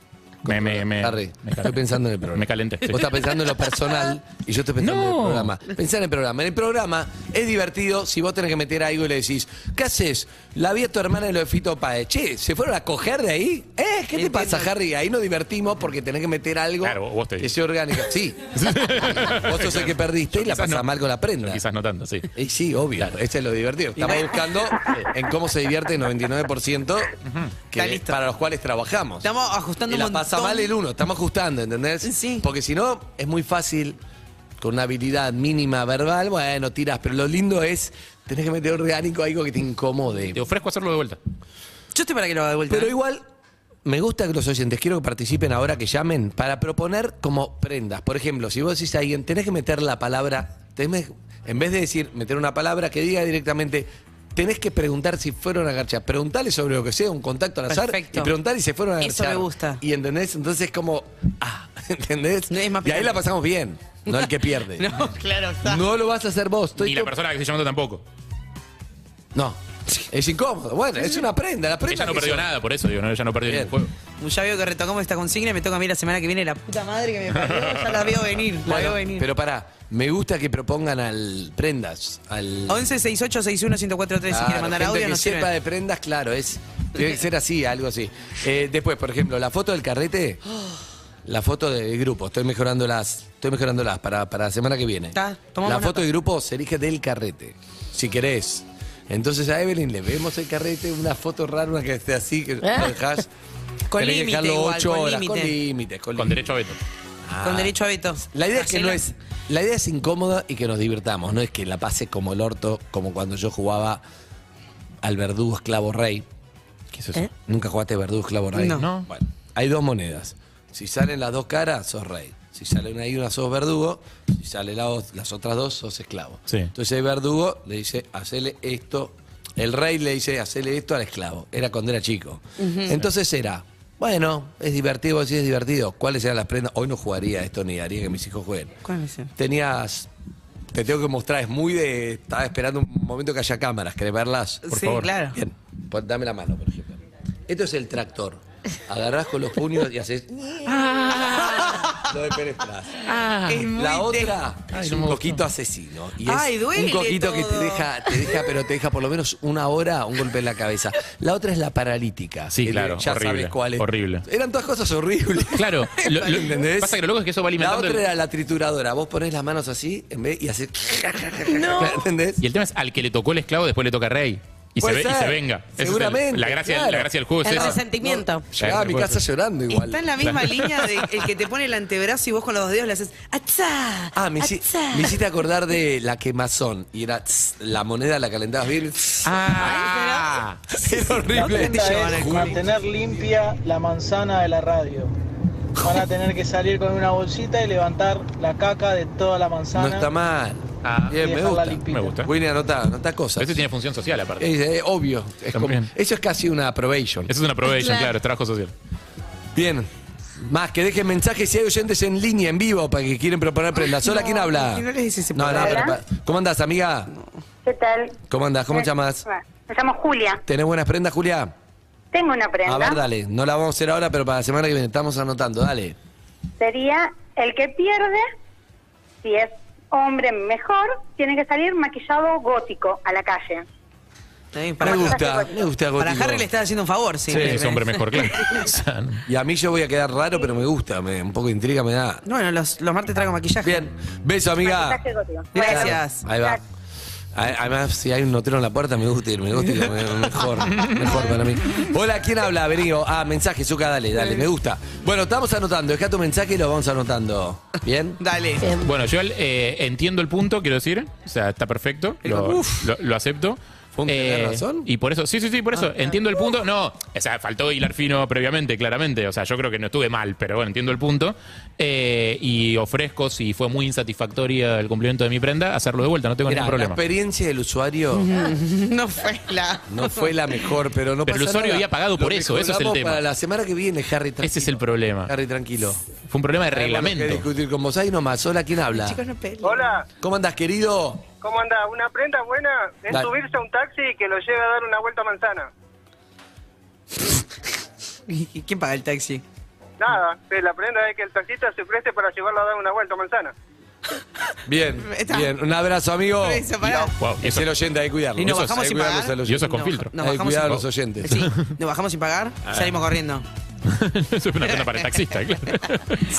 Me, me, me,
Harry,
Eh, me
estoy
calenté.
pensando en el programa.
Me calenté, sí.
Vos estás pensando en lo personal y yo estoy pensando en
No.
el programa. Pensá en el programa. En el programa es divertido si vos tenés que meter algo y le decís, ¿qué haces? La vi a tu hermana en lo de Fito Paez. Che, ¿se fueron a coger de ahí? ¿Eh? ¿Qué te pasa, Harry? Ahí nos divertimos porque tenés que meter algo
Claro, vos te
que sea orgánico.
<laughs>
Sí. vos sos el que perdiste
Yo
y la
quizás
pasás
no.
mal con la
Yo <laughs>
prenda.
Quizás no tanto, sí.
Y sí, obvio, este es lo divertido. Estamos
<laughs>
buscando en cómo se divierte el 99%
Está
que,
listo.
para los cuales trabajamos.
Estamos ajustando
y
un
la
montón.
pasa mal el uno, estamos ajustando, ¿entendés?
Sí.
Porque si no, es muy fácil con una habilidad mínima verbal, bueno, tiras, pero lo lindo es tenés que meter orgánico algo que te incomode.
Te ofrezco hacerlo de vuelta.
Yo estoy para que lo haga de vuelta. ¿eh?
Pero igual, me gusta que los oyentes, quiero que participen ahora, que llamen, para proponer como prendas. Por ejemplo, si vos decís a alguien, tenés que meter la palabra, tenés- en vez de decir meter una palabra, que diga directamente, tenés que preguntar si fueron a garchar. Preguntale sobre lo que sea, un contacto al azar,
Perfecto.
y preguntarle si fueron a garchar.
Eso me gusta.
Y entendés, entonces como, ah, <laughs> ¿entendés?
No es más
y ahí
picante.
la pasamos bien, no el que pierde. no.
<laughs>
<laughs>
No, claro, está.
lo vas a hacer vos. estoy
Ni la
co-
persona que estoy llamando tampoco.
No. Es incómodo. Bueno, es una prenda. La prenda
Ella no
que
perdió
son.
nada, por eso digo, no, ella no perdió
Bien.
ningún juego.
Ya veo que retocamos esta consigna y me toca a mí la semana que viene
<laughs>
la puta madre que me parió. Ya la veo venir, la
Bueno,
veo venir.
pero pará, me gusta que propongan al prendas, al
11 68 61 1043 si
Claro,
quieren mandar
gente
audio,
que
nos
sepa
sirve.
de prendas, claro, es tiene que ser así, algo así. Eh, después, por ejemplo, la foto del carrete, <gasps> la foto del grupo, estoy mejorando las, estoy mejorando las para, para la semana que viene.
Está,
la
tomamos
foto
nota.
del grupo se elige del carrete, si querés. Entonces a Evelyn le vemos el carrete, una foto rara, una que esté así,
<laughs>
que lo dejás.
Con
tenés que
límite
dejarlo
igual,
ocho
con
horas,
límite.
con límites, con,
Con
límites.
derecho a veto.
Con derecho a veto.
Ah. La idea es que
Hacela.
no es. La idea es incómoda y que nos divirtamos, no es que la pase como el orto, como cuando yo jugaba al verdugo esclavo rey. ¿Qué es eso? ¿Nunca jugaste verdugo esclavo rey?
No.
No.
Bueno, hay dos monedas. Si salen las dos caras, sos rey. Si sale una y una, sos verdugo. Si salen las otras dos, sos esclavo.
Sí.
Entonces el verdugo le dice, hacele esto. El rey le dice, hacele esto al esclavo. Era cuando era chico. Entonces era, bueno, es divertido, sí es divertido. ¿Cuáles eran las prendas? Hoy no jugaría esto ni haría que mis hijos jueguen.
¿Cuál es el?
Tenías, te tengo que mostrar, es muy de, estaba esperando un momento que haya cámaras, ¿querés verlas?
sí,
favor.
claro.
Bien, pon- dame la mano, por ejemplo. Esto es el tractor. Agarrás con los puños y haces.
Ah.
Lo de Pérez Plaza.
Es muy
La
de-
otra es un coquito asesino. Y es
Ay, duele
un coquito que te
todo.
deja, te deja, pero te deja por lo menos una hora un golpe en la cabeza. La otra es la paralítica.
Sí,
que
claro,
Ya sabes
horrible,
cuál es.
horrible.
Eran todas cosas horribles. <laughs>
Claro, lo- lo-
¿Entendés?
pasa que lo loco es que eso va
La
alimentando
otra
el-
era la trituradora. Vos ponés
<laughs>
las manos así en vez y haces. <laughs> ¿Entendés?
Y el tema es al que le tocó el esclavo, después le toca rey. Y se,
Puede
ve- y
ser.
se venga. Esa es el-
Seguramente,
la, gracia,
claro.
la gracia del juego es
El
esa.
resentimiento.
Llegaba a mi casa llorando Pues igual.
Está en la misma línea de el que te pone el antebrazo y vos con los dedos le haces ¡Achá!
Ah, me, hici-
¡Achá!
me hiciste acordar de la quemazón. Y era tss, la moneda, la calentabas bien. tss.
Ah,
era horrible.
Esta es mantener limpia la manzana de la radio. Van a tener que salir con una bolsita y levantar la caca de toda la
No
manzana.
está mal. Bien, me
Dejarla
gusta.
limpita.
me Ah, gusta.
Winnie, anotá, anotá cosas.
Ese
Es,
tiene función social aparte.
eh, obvio. Es como-
También.
eso es casi una probation.
Eso es una probation,
Claro.
claro, es trabajo social.
Bien. Más que dejen mensajes si hay oyentes en línea, en vivo, para que quieren proponer prendas. Hola, ¿quién habla?
¿por qué no les dices ese
no, no, pero,
palabra?
pa- ¿Cómo andás, amiga?
¿Qué tal?
¿Cómo andás? ¿Cómo te llamas?
Me llamo Julia.
¿Tenés buenas prendas, Julia?
Tengo una prenda.
A ver, dale. No la vamos a hacer ahora, pero para la semana que viene estamos anotando. Dale.
Sería el que pierde, si es hombre mejor, tiene que salir maquillado gótico a la calle.
Ahí,
Me
para,
gusta, me gusta
para
gótico.
Harry le está haciendo un favor, sí.
Sí, es hombre mejor, claro. O sea, no.
Y a mí yo voy a quedar raro, pero me gusta. me- un poco de intriga me da.
Bueno, los, los martes traigo maquillaje.
Bien. Beso, amiga.
Maquillaje gótico.
Gracias.
Ahí va. A- Además, si hay un notero en la puerta, me gusta ir, me gusta ir, me- mejor, mejor para mí. Hola, ¿quién habla? Venido. Ah, mensaje, Zuka, dale, dale, me gusta. Bueno, estamos anotando, deja tu mensaje y lo vamos anotando. ¿Bien?
Dale.
Bueno, yo eh, entiendo el punto, quiero decir. O sea, está perfecto. Lo,
Uf.
lo- lo acepto. Eh,
Fue un tener razón. Ah,
Y por eso, sí, sí, sí, por eso. entiendo el punto. No, o sea, faltó hilar fino previamente, claramente. O sea, yo creo que no estuve mal, pero bueno, entiendo el punto. Eh, y ofrezco, si fue muy insatisfactoria el cumplimiento de mi prenda, hacerlo de vuelta, no tengo
Mirá,
ningún
la
problema.
experiencia del usuario
<laughs> No fue la.
no fue la mejor, pero no
Pero el
pasa
usuario
nada.
había pagado
Lo
por eso, eso es el
mejoramos
tema.
Para la semana que viene, Harry, tranquilo.
Ese es el problema.
Harry, tranquilo.
Fue un problema de
Tenemos que
reglamento.
discutir con vos ahí nomás. Hola, ¿quién habla?
Chicos, no peleen.
Hola,
¿Cómo andás, querido?
¿cómo anda? Una prenda buena es
Dale.
subirse a un taxi y que lo lleve a dar una vuelta a manzana.
¿Y quién paga el taxi?
Nada, que la prenda es que el taxista se preste para llevarlo a dar una vuelta a manzana.
Bien,
<laughs> Está-
bien. Un abrazo, amigo.
Eso, pará.
Wow,
Es
eso-
el oyente, hay que cuidarlo.
Y nos
Eso es,
bajamos
hay que
sin
cuidarlos
pagar.
a los
Y eso es con
oyentes.
filtro. Ah.
Nos
Hay que
bajamos
cuidar a
sin-
Eh, los oyentes.
Sí, nos bajamos sin pagar, salimos corriendo.
<laughs> Eso es una prenda para taxista,
<laughs>
claro.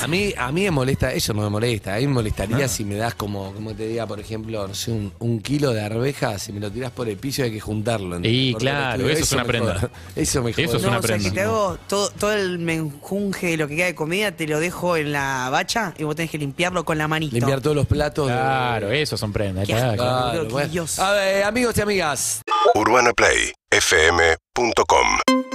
A mí, a mí me molesta, eso no me molesta. A mí me molestaría
Ah.
si me das como, como te diga, por ejemplo, no sé, un, un kilo de arveja, si me lo tiras por el piso hay que juntarlo. ¿entendés?
Y
Porque lo
claro,
estudio,
eso es una
me
prenda.
joda. <laughs> Eso me
Eso es
joda.
una
No, o sea,
prenda.
que te hago todo, todo el menjunje de lo que queda de comida, te lo dejo en la bacha y vos tenés que limpiarlo con la manito.
Limpiar todos los platos. de-
Claro, eso son prendas.
Qué
claro.
asco.
Claro,
Qué
bueno.
Dios.
A ver, amigos y amigas,
UrbanaPlayFM.com